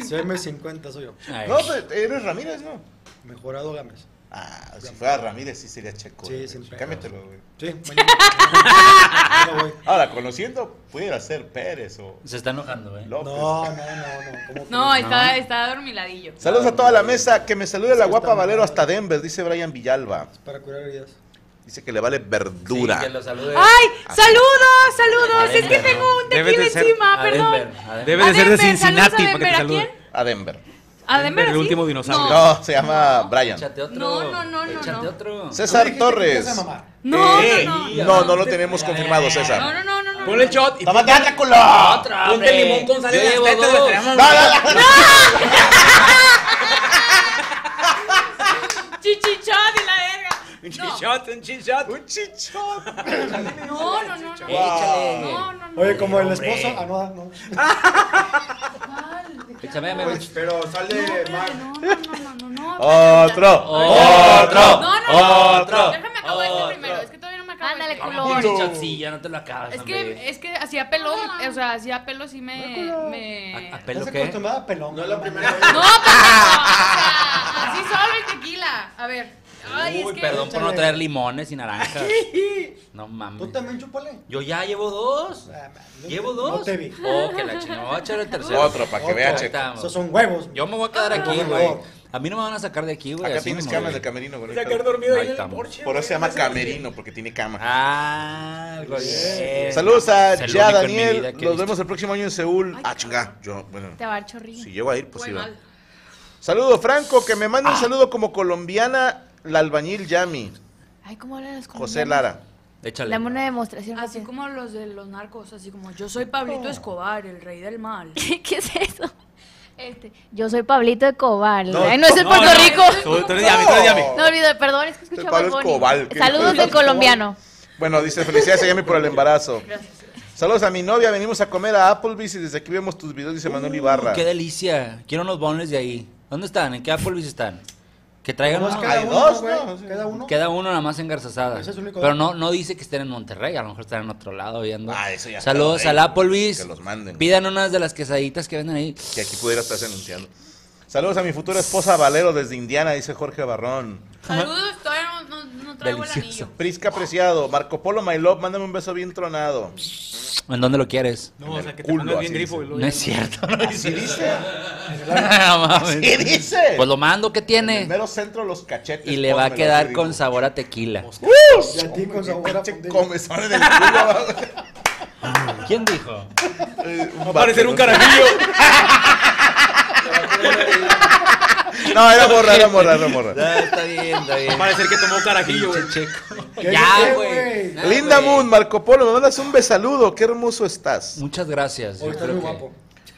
Speaker 1: CM50 soy yo.
Speaker 2: Ay.
Speaker 3: No, pero eres Ramírez, ¿no?
Speaker 1: Mejorado Gámez.
Speaker 3: Ah, si fuera Ramírez sí sería Checo.
Speaker 1: Sí,
Speaker 3: güey.
Speaker 1: sin pedo.
Speaker 3: Cámbiatelo, güey.
Speaker 1: Sí, mañana. Mañana voy.
Speaker 3: Ahora, conociendo, pudiera ser Pérez o
Speaker 2: Se está enojando, ¿eh?
Speaker 3: López.
Speaker 1: No, no, no, no. ¿cómo que
Speaker 5: No, está, está adormiladillo.
Speaker 3: Saludos a toda la mesa. Que me salude la
Speaker 1: que
Speaker 3: guapa
Speaker 1: está
Speaker 3: Valero
Speaker 1: mal.
Speaker 3: hasta Denver, dice Brian Villalba.
Speaker 1: Para curar heridas.
Speaker 3: Dice que le vale verdura.
Speaker 2: Sí, que lo salude.
Speaker 5: ¡Ay! ¡Saludos! ¡Saludos!
Speaker 2: Debes
Speaker 5: Es que
Speaker 2: de-
Speaker 5: tengo un
Speaker 4: debes
Speaker 5: tequila
Speaker 4: de ser-
Speaker 5: encima,
Speaker 2: A
Speaker 5: perdón.
Speaker 2: Denver, a Denver.
Speaker 4: Debe de ser de
Speaker 5: Denver, saludos a
Speaker 4: Cincinnati para que te
Speaker 5: Denver, ¿a
Speaker 4: salude.
Speaker 5: quién?
Speaker 3: A Denver.
Speaker 5: A Demer
Speaker 4: El
Speaker 5: sí.
Speaker 4: último dinosaurio.
Speaker 5: No,
Speaker 3: No, se llama Brian.
Speaker 2: Échate otro.
Speaker 5: No, no, no, no,
Speaker 2: Échate
Speaker 5: no.
Speaker 2: otro.
Speaker 3: César Torres.
Speaker 5: no,
Speaker 3: Eh,
Speaker 5: no, no.
Speaker 3: No, no lo tenemos confirmado, César.
Speaker 5: No, no, no, no, no.
Speaker 4: Ponle el shot y
Speaker 3: ¡Tómate otra, culo!
Speaker 4: ponte limón con sal
Speaker 2: Yo
Speaker 4: en las
Speaker 2: llevo
Speaker 4: tetas,
Speaker 2: dos.
Speaker 4: güey, te llaman-
Speaker 3: No, no, no, no.
Speaker 5: Chichichón y la verga.
Speaker 4: Un
Speaker 5: No.
Speaker 4: chichot, un chichot.
Speaker 3: Un chichón.
Speaker 5: No, no, no, no.
Speaker 2: Échale.
Speaker 5: No, no, no.
Speaker 1: Oye, como el esposo. Ah, no, ah, no.
Speaker 5: Mal, ya.
Speaker 2: Échame, me
Speaker 6: Pues, pero
Speaker 5: No,
Speaker 6: sale más.
Speaker 5: espérate, no, no, no, no, no, no.
Speaker 3: Otro.
Speaker 5: No,
Speaker 3: Otro.
Speaker 5: no, no.
Speaker 3: Otro.
Speaker 5: Déjame acabar este primero. Es que todavía no me acabo.
Speaker 8: Ándale,
Speaker 5: este.
Speaker 8: culo.
Speaker 2: Un chichot, sí, ya no te lo acabas.
Speaker 5: Es
Speaker 2: hombre.
Speaker 5: que, es que hacía pelón, o sea, hacía pelo sí me. me...
Speaker 2: ¿A, a
Speaker 1: ¿Estás
Speaker 2: pelo qué?
Speaker 1: acostumbrada a pelón?
Speaker 6: No es la primera vez.
Speaker 5: No, pero. O sea, así solo el tequila. A ver. eh, Ay,
Speaker 2: Uy,
Speaker 5: es que.
Speaker 2: perdón por no
Speaker 1: Échale.
Speaker 2: traer limones y naranjas. no
Speaker 1: ¿Tú
Speaker 2: mames.
Speaker 1: también chúpale? Ah,
Speaker 2: Yo ya llevo dos. Llevo
Speaker 1: no
Speaker 2: dos.
Speaker 1: te vi.
Speaker 2: Oh, que la chingada. Me voy a echar el tercero.
Speaker 3: Otro, para que
Speaker 1: Otro.
Speaker 3: vea,
Speaker 2: Ahí
Speaker 3: checo.
Speaker 2: está.
Speaker 1: Esos son huevos.
Speaker 2: Yo me voy a quedar aquí,
Speaker 1: por
Speaker 2: güey.
Speaker 1: favor.
Speaker 2: A mí no me van a sacar de aquí, güey.
Speaker 3: Acá
Speaker 2: así
Speaker 3: tienes
Speaker 2: me
Speaker 3: cama en
Speaker 2: voy.
Speaker 3: el camerino, güey.
Speaker 4: Sacar dormido
Speaker 2: Ahí
Speaker 4: ahí en el
Speaker 2: estamos.
Speaker 4: Porsche.
Speaker 3: Por eso se llama
Speaker 4: güey.
Speaker 3: camerino, porque tiene cama.
Speaker 2: Ah, algo bien.
Speaker 3: Saludos a
Speaker 2: Es el
Speaker 3: Ya
Speaker 2: único en mi vida
Speaker 3: Daniel.
Speaker 2: que he
Speaker 3: Nos
Speaker 2: visto.
Speaker 3: vemos el próximo año en Seúl.
Speaker 5: Ay,
Speaker 3: Ah, chinga. Yo, bueno,
Speaker 5: Te va el chorrillo.
Speaker 3: si llego a ir, pues
Speaker 5: Voy
Speaker 3: sí va.
Speaker 5: mal.
Speaker 3: Saludo, Franco, que me manda
Speaker 2: Ah.
Speaker 3: un saludo como colombiana, la albañil Yami,
Speaker 8: Ay, ¿cómo hablan los
Speaker 3: José
Speaker 8: colombianos?
Speaker 3: Lara.
Speaker 2: Échale.
Speaker 8: Dame una demostración.
Speaker 5: Así
Speaker 8: rápida.
Speaker 5: como los de los narcos, así como yo soy Pablito Escobar, el rey del mal.
Speaker 8: ¿Qué es eso? Este, yo soy Pablito de Cobal.
Speaker 6: No,
Speaker 8: Ay, No, es el
Speaker 4: no,
Speaker 8: Puerto
Speaker 4: no,
Speaker 8: Rico.
Speaker 4: Tú, tú eres Yami, tú eres Yami.
Speaker 8: No olvido, perdón, es que escucho
Speaker 3: El Pablo
Speaker 8: Bad Bunny.
Speaker 3: Escobar, ¿qué
Speaker 8: Saludos
Speaker 3: dijo?
Speaker 8: del colombiano.
Speaker 3: Bueno, dice, felicidades a Yami por el embarazo. Saludos a mi novia, venimos a comer a Applebee's y desde aquí vemos tus videos, dice Manuel Ibarra.
Speaker 2: Uh, Qué delicia. Quiero unos bonles de ahí. ¿Dónde están? ¿En qué Applebee's están? Que traigan
Speaker 1: Nomás
Speaker 2: uno.
Speaker 1: queda
Speaker 3: Hay
Speaker 1: uno,
Speaker 3: dos,
Speaker 1: güey.
Speaker 3: ¿no? Sí.
Speaker 1: Queda uno.
Speaker 2: Queda uno nada más en Garzazada.
Speaker 1: Ese es el único.
Speaker 2: Pero no, no dice que estén en Monterrey, a lo mejor están en otro lado viendo.
Speaker 3: Ah, eso ya está,
Speaker 2: Saludos
Speaker 3: güey,
Speaker 2: al Applebee's.
Speaker 3: que los manden.
Speaker 2: Pidan unas de las quesaditas que venden ahí.
Speaker 3: Que aquí pudiera estarse anunciando. Saludos a mi futura esposa Valero desde Indiana, dice Jorge Barrón.
Speaker 5: Saludos, todavía no, no- no traigo
Speaker 2: Delicioso.
Speaker 5: el anillo.
Speaker 3: Prisca Preciado, Marco Polo My Love, mándame un beso bien tronado.
Speaker 2: ¿En dónde lo quieres?
Speaker 4: No, o sea, que te
Speaker 3: Culo,
Speaker 4: mandas bien
Speaker 3: así
Speaker 4: grifo.
Speaker 3: dice.
Speaker 4: y luego
Speaker 2: No
Speaker 4: ya
Speaker 2: es cierto. No
Speaker 3: ¿Así dice?
Speaker 2: No mames.
Speaker 3: ¿Qué dice?
Speaker 2: Pues lo mando que
Speaker 3: En el
Speaker 2: tiene.
Speaker 3: mero centro los cachetes.
Speaker 2: Y le va a
Speaker 3: pónmelo,
Speaker 2: quedar
Speaker 3: te
Speaker 2: con
Speaker 3: digo.
Speaker 2: sabor a tequila.
Speaker 1: Y a ti con sabor a
Speaker 3: Pinche
Speaker 1: fundido.
Speaker 3: comezón en el culo.
Speaker 2: ¿Quién dijo?
Speaker 3: Eh,
Speaker 4: Va a parecer un
Speaker 3: vato, ¿no?
Speaker 4: carajillo.
Speaker 3: No, era morra, era morra, era morra.
Speaker 2: Ya, Ah, está bien, está
Speaker 4: Va
Speaker 2: bien.
Speaker 4: a parecer que tomó carajillo, güey.
Speaker 1: ¿Qué
Speaker 2: Ya,
Speaker 1: dice,
Speaker 2: güey.
Speaker 1: güey?
Speaker 2: Nada,
Speaker 3: Linda
Speaker 2: güey.
Speaker 3: Moon, Marco Polo, me mandas un besaludo. Qué hermoso estás.
Speaker 2: Muchas gracias.
Speaker 1: Hoy
Speaker 2: yo
Speaker 1: está
Speaker 2: creo
Speaker 1: muy
Speaker 2: que-
Speaker 1: guapo.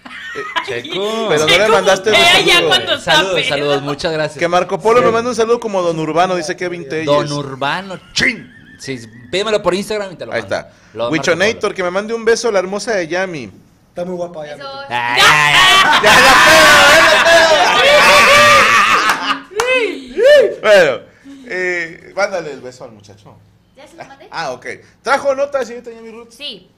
Speaker 2: Checo.
Speaker 3: Pero no le mandaste
Speaker 5: Ella ya
Speaker 3: besaludo.
Speaker 5: cuando
Speaker 2: Saludos,
Speaker 5: sabe.
Speaker 2: saludos, muchas gracias.
Speaker 3: Que Marco Polo me manda un saludo como Don Urbano, dice Kevin Telles.
Speaker 2: Don Urbano. ¡Chin! Sí, pídemelo por Instagram y te lo
Speaker 3: Ahí
Speaker 2: mando.
Speaker 3: está.
Speaker 2: Lo de Marco
Speaker 3: Wichonator, que me mande un beso a la hermosa de Yami.
Speaker 1: Está muy guapa. ya.
Speaker 8: Eso-
Speaker 2: Polo. Ay, ay, ay.
Speaker 3: ¡Ya la pedo, ya la pedo! Bueno, eh, mándale el beso al muchacho.
Speaker 8: ¿Ya se lo mandé?
Speaker 3: Ah, ok. ¿Trajo nota, señorita Yami Roots?
Speaker 8: Sí.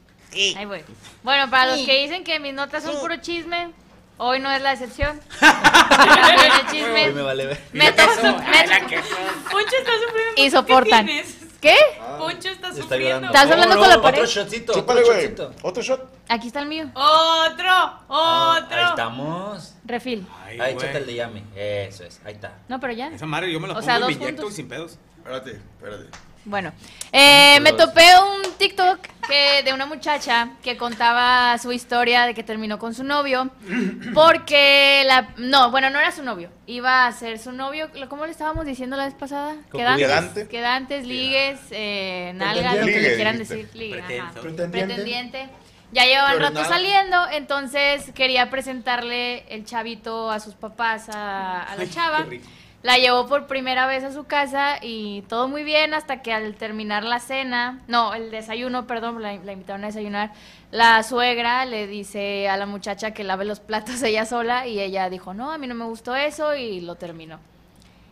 Speaker 8: Ahí voy. Bueno, para los que dicen que mis notas son puro chisme, hoy no es la excepción. También es
Speaker 2: Hoy me
Speaker 8: chisme.
Speaker 2: vale ver.
Speaker 8: Me tocó- me tocó-
Speaker 5: Poncho está sufriendo.
Speaker 8: Y soportan.
Speaker 5: ¿Qué tienes?
Speaker 8: ¿Qué?
Speaker 5: Poncho está
Speaker 2: Está
Speaker 5: sufriendo.
Speaker 2: llorando.
Speaker 8: ¿Estás hablando con la pared?
Speaker 2: Otro shotcito.
Speaker 3: Chúpale,
Speaker 2: otro
Speaker 3: güey.
Speaker 2: shotcito.
Speaker 3: ¿Otro shot?
Speaker 8: Aquí está el mío.
Speaker 5: Otro, oh,
Speaker 2: Ah, Ahí
Speaker 5: otro.
Speaker 2: estamos.
Speaker 8: Refil.
Speaker 4: Ay,
Speaker 2: Ahí,
Speaker 4: güey.
Speaker 2: échate el de Yami. Eso es. Ahí está.
Speaker 8: No, pero ya.
Speaker 4: Esa madre yo me la
Speaker 8: O
Speaker 4: pongo
Speaker 8: sea,
Speaker 4: y me
Speaker 8: dos
Speaker 4: inyecto
Speaker 8: juntos.
Speaker 4: sin pedos.
Speaker 6: Espérate, espérate.
Speaker 8: Bueno, eh, me topé un TikTok que, de una muchacha que contaba su historia de que terminó con su novio porque la... No, bueno, no era su novio. Iba a ser su novio, lo- ¿cómo le estábamos diciendo la vez pasada? Quedantes,
Speaker 3: Quedante.
Speaker 8: quedantes, ligues, eh, nalgas, lo que
Speaker 3: Pretendiente.
Speaker 8: le quieran
Speaker 3: Ligue,
Speaker 8: decir. ligue, ajá.
Speaker 4: Pretenso.
Speaker 1: Pretendiente.
Speaker 8: Pretendiente. Ya llevaban rato
Speaker 6: Coronado.
Speaker 8: saliendo, entonces quería presentarle el chavito a sus papás, a, a la chava.
Speaker 4: rico.
Speaker 8: La llevó por primera vez a su casa y todo muy bien hasta que al terminar la cena, no, el desayuno, perdón, la, la invitaron a desayunar, la suegra le dice a la muchacha que lave los platos ella sola y ella dijo, no, a mí no me gustó eso y lo terminó.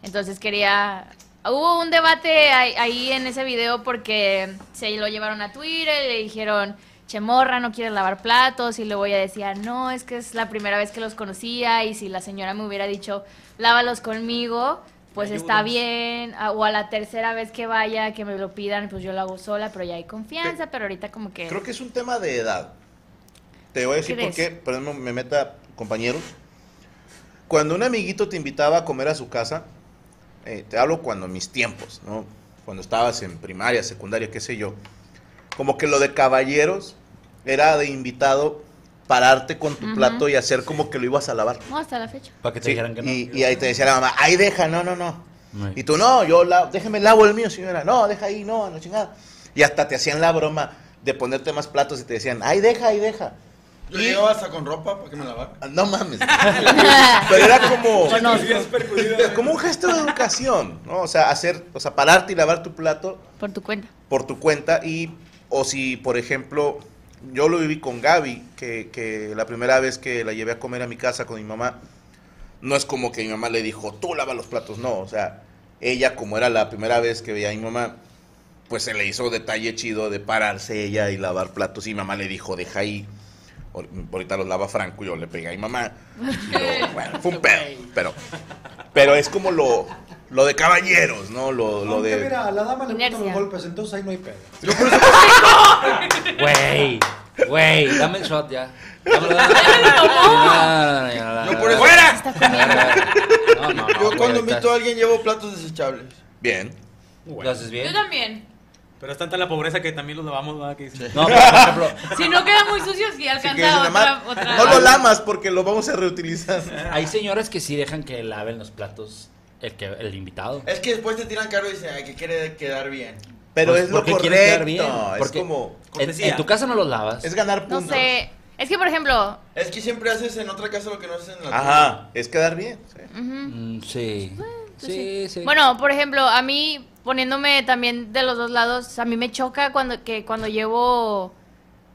Speaker 8: Entonces quería... Hubo un debate ahí, ahí en ese video porque se lo llevaron a Twitter y le dijeron, Chemorra, no quieres lavar platos y luego ella decía, "Ah, no, es que es la primera vez que los conocía y si la señora me hubiera dicho, lávalos conmigo, pues
Speaker 4: Me
Speaker 8: está
Speaker 4: ayudas.
Speaker 8: bien, a- o a la tercera vez que vaya, que me lo pidan, pues yo lo hago sola, pero ya hay confianza, pero ahorita como que...
Speaker 3: Creo que es un tema de edad. Te voy a decir por
Speaker 8: ¿Crees?
Speaker 3: qué, pero no me meta, compañeros. Cuando un amiguito te invitaba a comer a su casa, eh, te hablo cuando mis tiempos, ¿no? Cuando estabas en primaria, secundaria, qué sé yo. Como que lo de caballeros era de invitado pararte con tu plato y hacer como que lo ibas a lavar.
Speaker 8: No, hasta la fecha.
Speaker 2: Para que te
Speaker 3: Sí,
Speaker 2: dijeran que no.
Speaker 3: y, y ahí te decía la mamá, ahí deja, no, no, no.
Speaker 2: Ay.
Speaker 3: Y tú, no, yo la, déjeme lavo el mío, señora. No, deja ahí, no, a la chingada. Y hasta te hacían la broma de ponerte más platos y te decían, ahí deja, ahí deja.
Speaker 6: Yo llegaba hasta con ropa para que me lavara.
Speaker 3: Ah, No mames. Pero era como, como un gesto de educación, ¿no? O sea, hacer, o sea, pararte y lavar tu plato
Speaker 8: Por tu cuenta.
Speaker 3: por tu cuenta y o si por ejemplo yo lo viví con Gaby que, que la primera vez que la llevé a comer a mi casa con mi mamá no es como que mi mamá le dijo tú lava los platos no o sea ella como era la primera vez que veía a mi mamá pues se le hizo detalle chido de pararse ella y lavar platos y mi mamá le dijo deja ahí Ahor- ahorita los lava Franco y yo le pegué a mi mamá Y luego, bueno, fue un pedo pero pero es como lo lo de caballeros no lo, lo
Speaker 1: Aunque
Speaker 3: de
Speaker 1: mira, a la dama le gustan los
Speaker 8: Inercia.
Speaker 1: golpes, entonces ahí no hay pedo.
Speaker 2: Güey, güey, dame el shot ya. Dámelo, dámelo. Sí, no, no, no, no,
Speaker 6: Yo
Speaker 2: no,
Speaker 6: por
Speaker 2: no,
Speaker 6: eso-
Speaker 2: no, No, Ah, no, no,
Speaker 6: Yo
Speaker 2: güey,
Speaker 6: cuando
Speaker 2: ahorita
Speaker 6: invito a alguien llevo platos desechables.
Speaker 3: bien
Speaker 2: ¿Lo haces
Speaker 5: Yo
Speaker 2: bien?
Speaker 5: también.
Speaker 4: Pero es tanta la pobreza que también los lavamos, ¿verdad? Que dicen.
Speaker 2: No, pero, por ejemplo,
Speaker 5: Si no quedan muy sucios,
Speaker 3: que
Speaker 5: sí
Speaker 3: dice,
Speaker 5: alcanza
Speaker 3: "Mamá,
Speaker 5: otra, otra. Ah.
Speaker 3: No lo lamas porque lo vamos a reutilizar.
Speaker 2: hay señoras que sí dejan que laven los platos el, que, el invitado.
Speaker 6: Es que después te tiran cargo y dicen, ay, que quiere quedar bien.
Speaker 3: Pero
Speaker 2: Pues,
Speaker 3: es lo
Speaker 2: porque quieres quedar
Speaker 3: correcto.
Speaker 2: bien,
Speaker 3: Es
Speaker 2: porque
Speaker 3: como.
Speaker 2: En,
Speaker 4: cortesía.
Speaker 2: en tu casa no los lavas.
Speaker 3: Es ganar
Speaker 8: No
Speaker 3: puntos.
Speaker 8: sé. Es que, por ejemplo,
Speaker 6: Es que siempre haces en otra casa lo que no haces en la tuya.
Speaker 3: Ajá, es quedar bien. sí.
Speaker 2: Mm, sí. Sí, sí.
Speaker 8: Eh, pues Bueno, por ejemplo, a mí, poniéndome también de los dos lados, a mí me choca cuando, que cuando llevo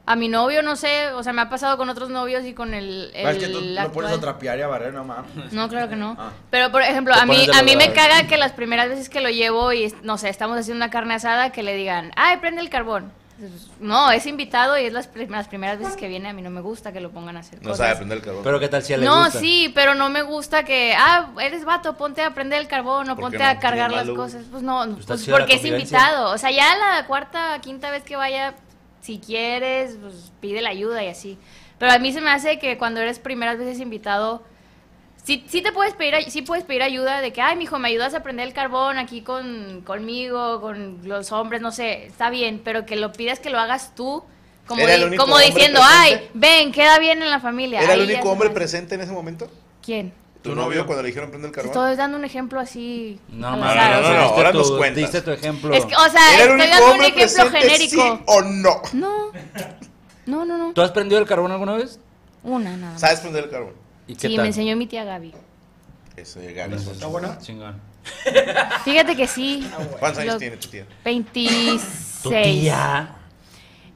Speaker 8: a mi novio, no sé, o sea, me ha pasado con otros novios y con el,
Speaker 6: Ah, Es que tú
Speaker 8: el
Speaker 6: lo pones
Speaker 8: actual.
Speaker 6: a trapear y a barrer, no mames.
Speaker 8: No, claro que no.
Speaker 6: Ah.
Speaker 8: Pero, por ejemplo,
Speaker 2: Te
Speaker 8: a mí,
Speaker 2: pones de
Speaker 8: a mí me
Speaker 2: lado.
Speaker 8: caga que las primeras veces que lo llevo y, no sé, estamos haciendo una carne asada, que le digan, ay, prende el carbón. No, es invitado y es las, prim- las primeras veces que viene. A mí no me gusta que lo pongan a hacer
Speaker 3: No
Speaker 8: cosas.
Speaker 3: sabe prender el carbón.
Speaker 2: Pero qué tal si a él le
Speaker 8: No,
Speaker 2: gusta?
Speaker 8: sí, pero no me gusta que, ah, eres vato, ponte a prender el carbón
Speaker 3: ¿Por
Speaker 8: o
Speaker 3: qué
Speaker 8: ponte
Speaker 3: no?
Speaker 8: a cargar
Speaker 3: Tiene
Speaker 8: las
Speaker 3: malo,
Speaker 8: cosas. Pues no,
Speaker 2: está
Speaker 8: pues
Speaker 2: chida la
Speaker 8: porque es
Speaker 2: convivencia.
Speaker 8: invitado. O sea, ya la cuarta, quinta vez que vaya, si quieres, pues pide la ayuda y así. Pero a mí se me hace que cuando eres primeras veces invitado, sí, sí te puedes pedir, ay- sí puedes pedir ayuda de que, ay, mijo, me ayudas a prender el carbón aquí con, conmigo, con los hombres, no sé, está bien, pero que lo pidas que lo hagas tú. Como,
Speaker 3: Era el
Speaker 8: di-
Speaker 3: único
Speaker 8: como
Speaker 3: hombre
Speaker 8: diciendo,
Speaker 3: presente.
Speaker 8: ay, ven, queda bien en la familia.
Speaker 3: ¿Era el
Speaker 8: Ahí ya se
Speaker 3: único
Speaker 8: me
Speaker 3: hombre
Speaker 8: hace-
Speaker 3: presente en ese momento?
Speaker 8: ¿Quién?
Speaker 3: ¿Tu novio cuando le dijeron prender el
Speaker 8: Te
Speaker 3: carbón?
Speaker 8: Estoy dando un ejemplo así.
Speaker 2: No,
Speaker 8: al
Speaker 2: no, no,
Speaker 8: azar,
Speaker 2: no, no,
Speaker 8: o sea,
Speaker 3: no, ahora
Speaker 2: diste
Speaker 3: nos
Speaker 2: tu-
Speaker 3: cuentas.
Speaker 2: Diste tu ejemplo.
Speaker 8: Es que, oh, o sea,
Speaker 3: ¿Era el
Speaker 8: estoy
Speaker 3: único
Speaker 8: dando un
Speaker 3: hombre
Speaker 8: ejemplo
Speaker 3: presente,
Speaker 8: genérico.
Speaker 3: sí o no?
Speaker 8: No. No, no, no.
Speaker 2: ¿Tú has prendido el carbón alguna vez?
Speaker 8: Una nada más.
Speaker 3: ¿Sabes prender el carbón?
Speaker 2: ¿Y qué
Speaker 8: Sí,
Speaker 2: tal?
Speaker 8: me enseñó mi tía Gaby.
Speaker 3: Eso de Gaby.
Speaker 1: ¿Está buena?
Speaker 2: Chingón.
Speaker 8: Fíjate que sí.
Speaker 3: ¿Cuántos años
Speaker 8: Lo-
Speaker 3: tiene tu tía?
Speaker 8: 26.
Speaker 2: Tu tía.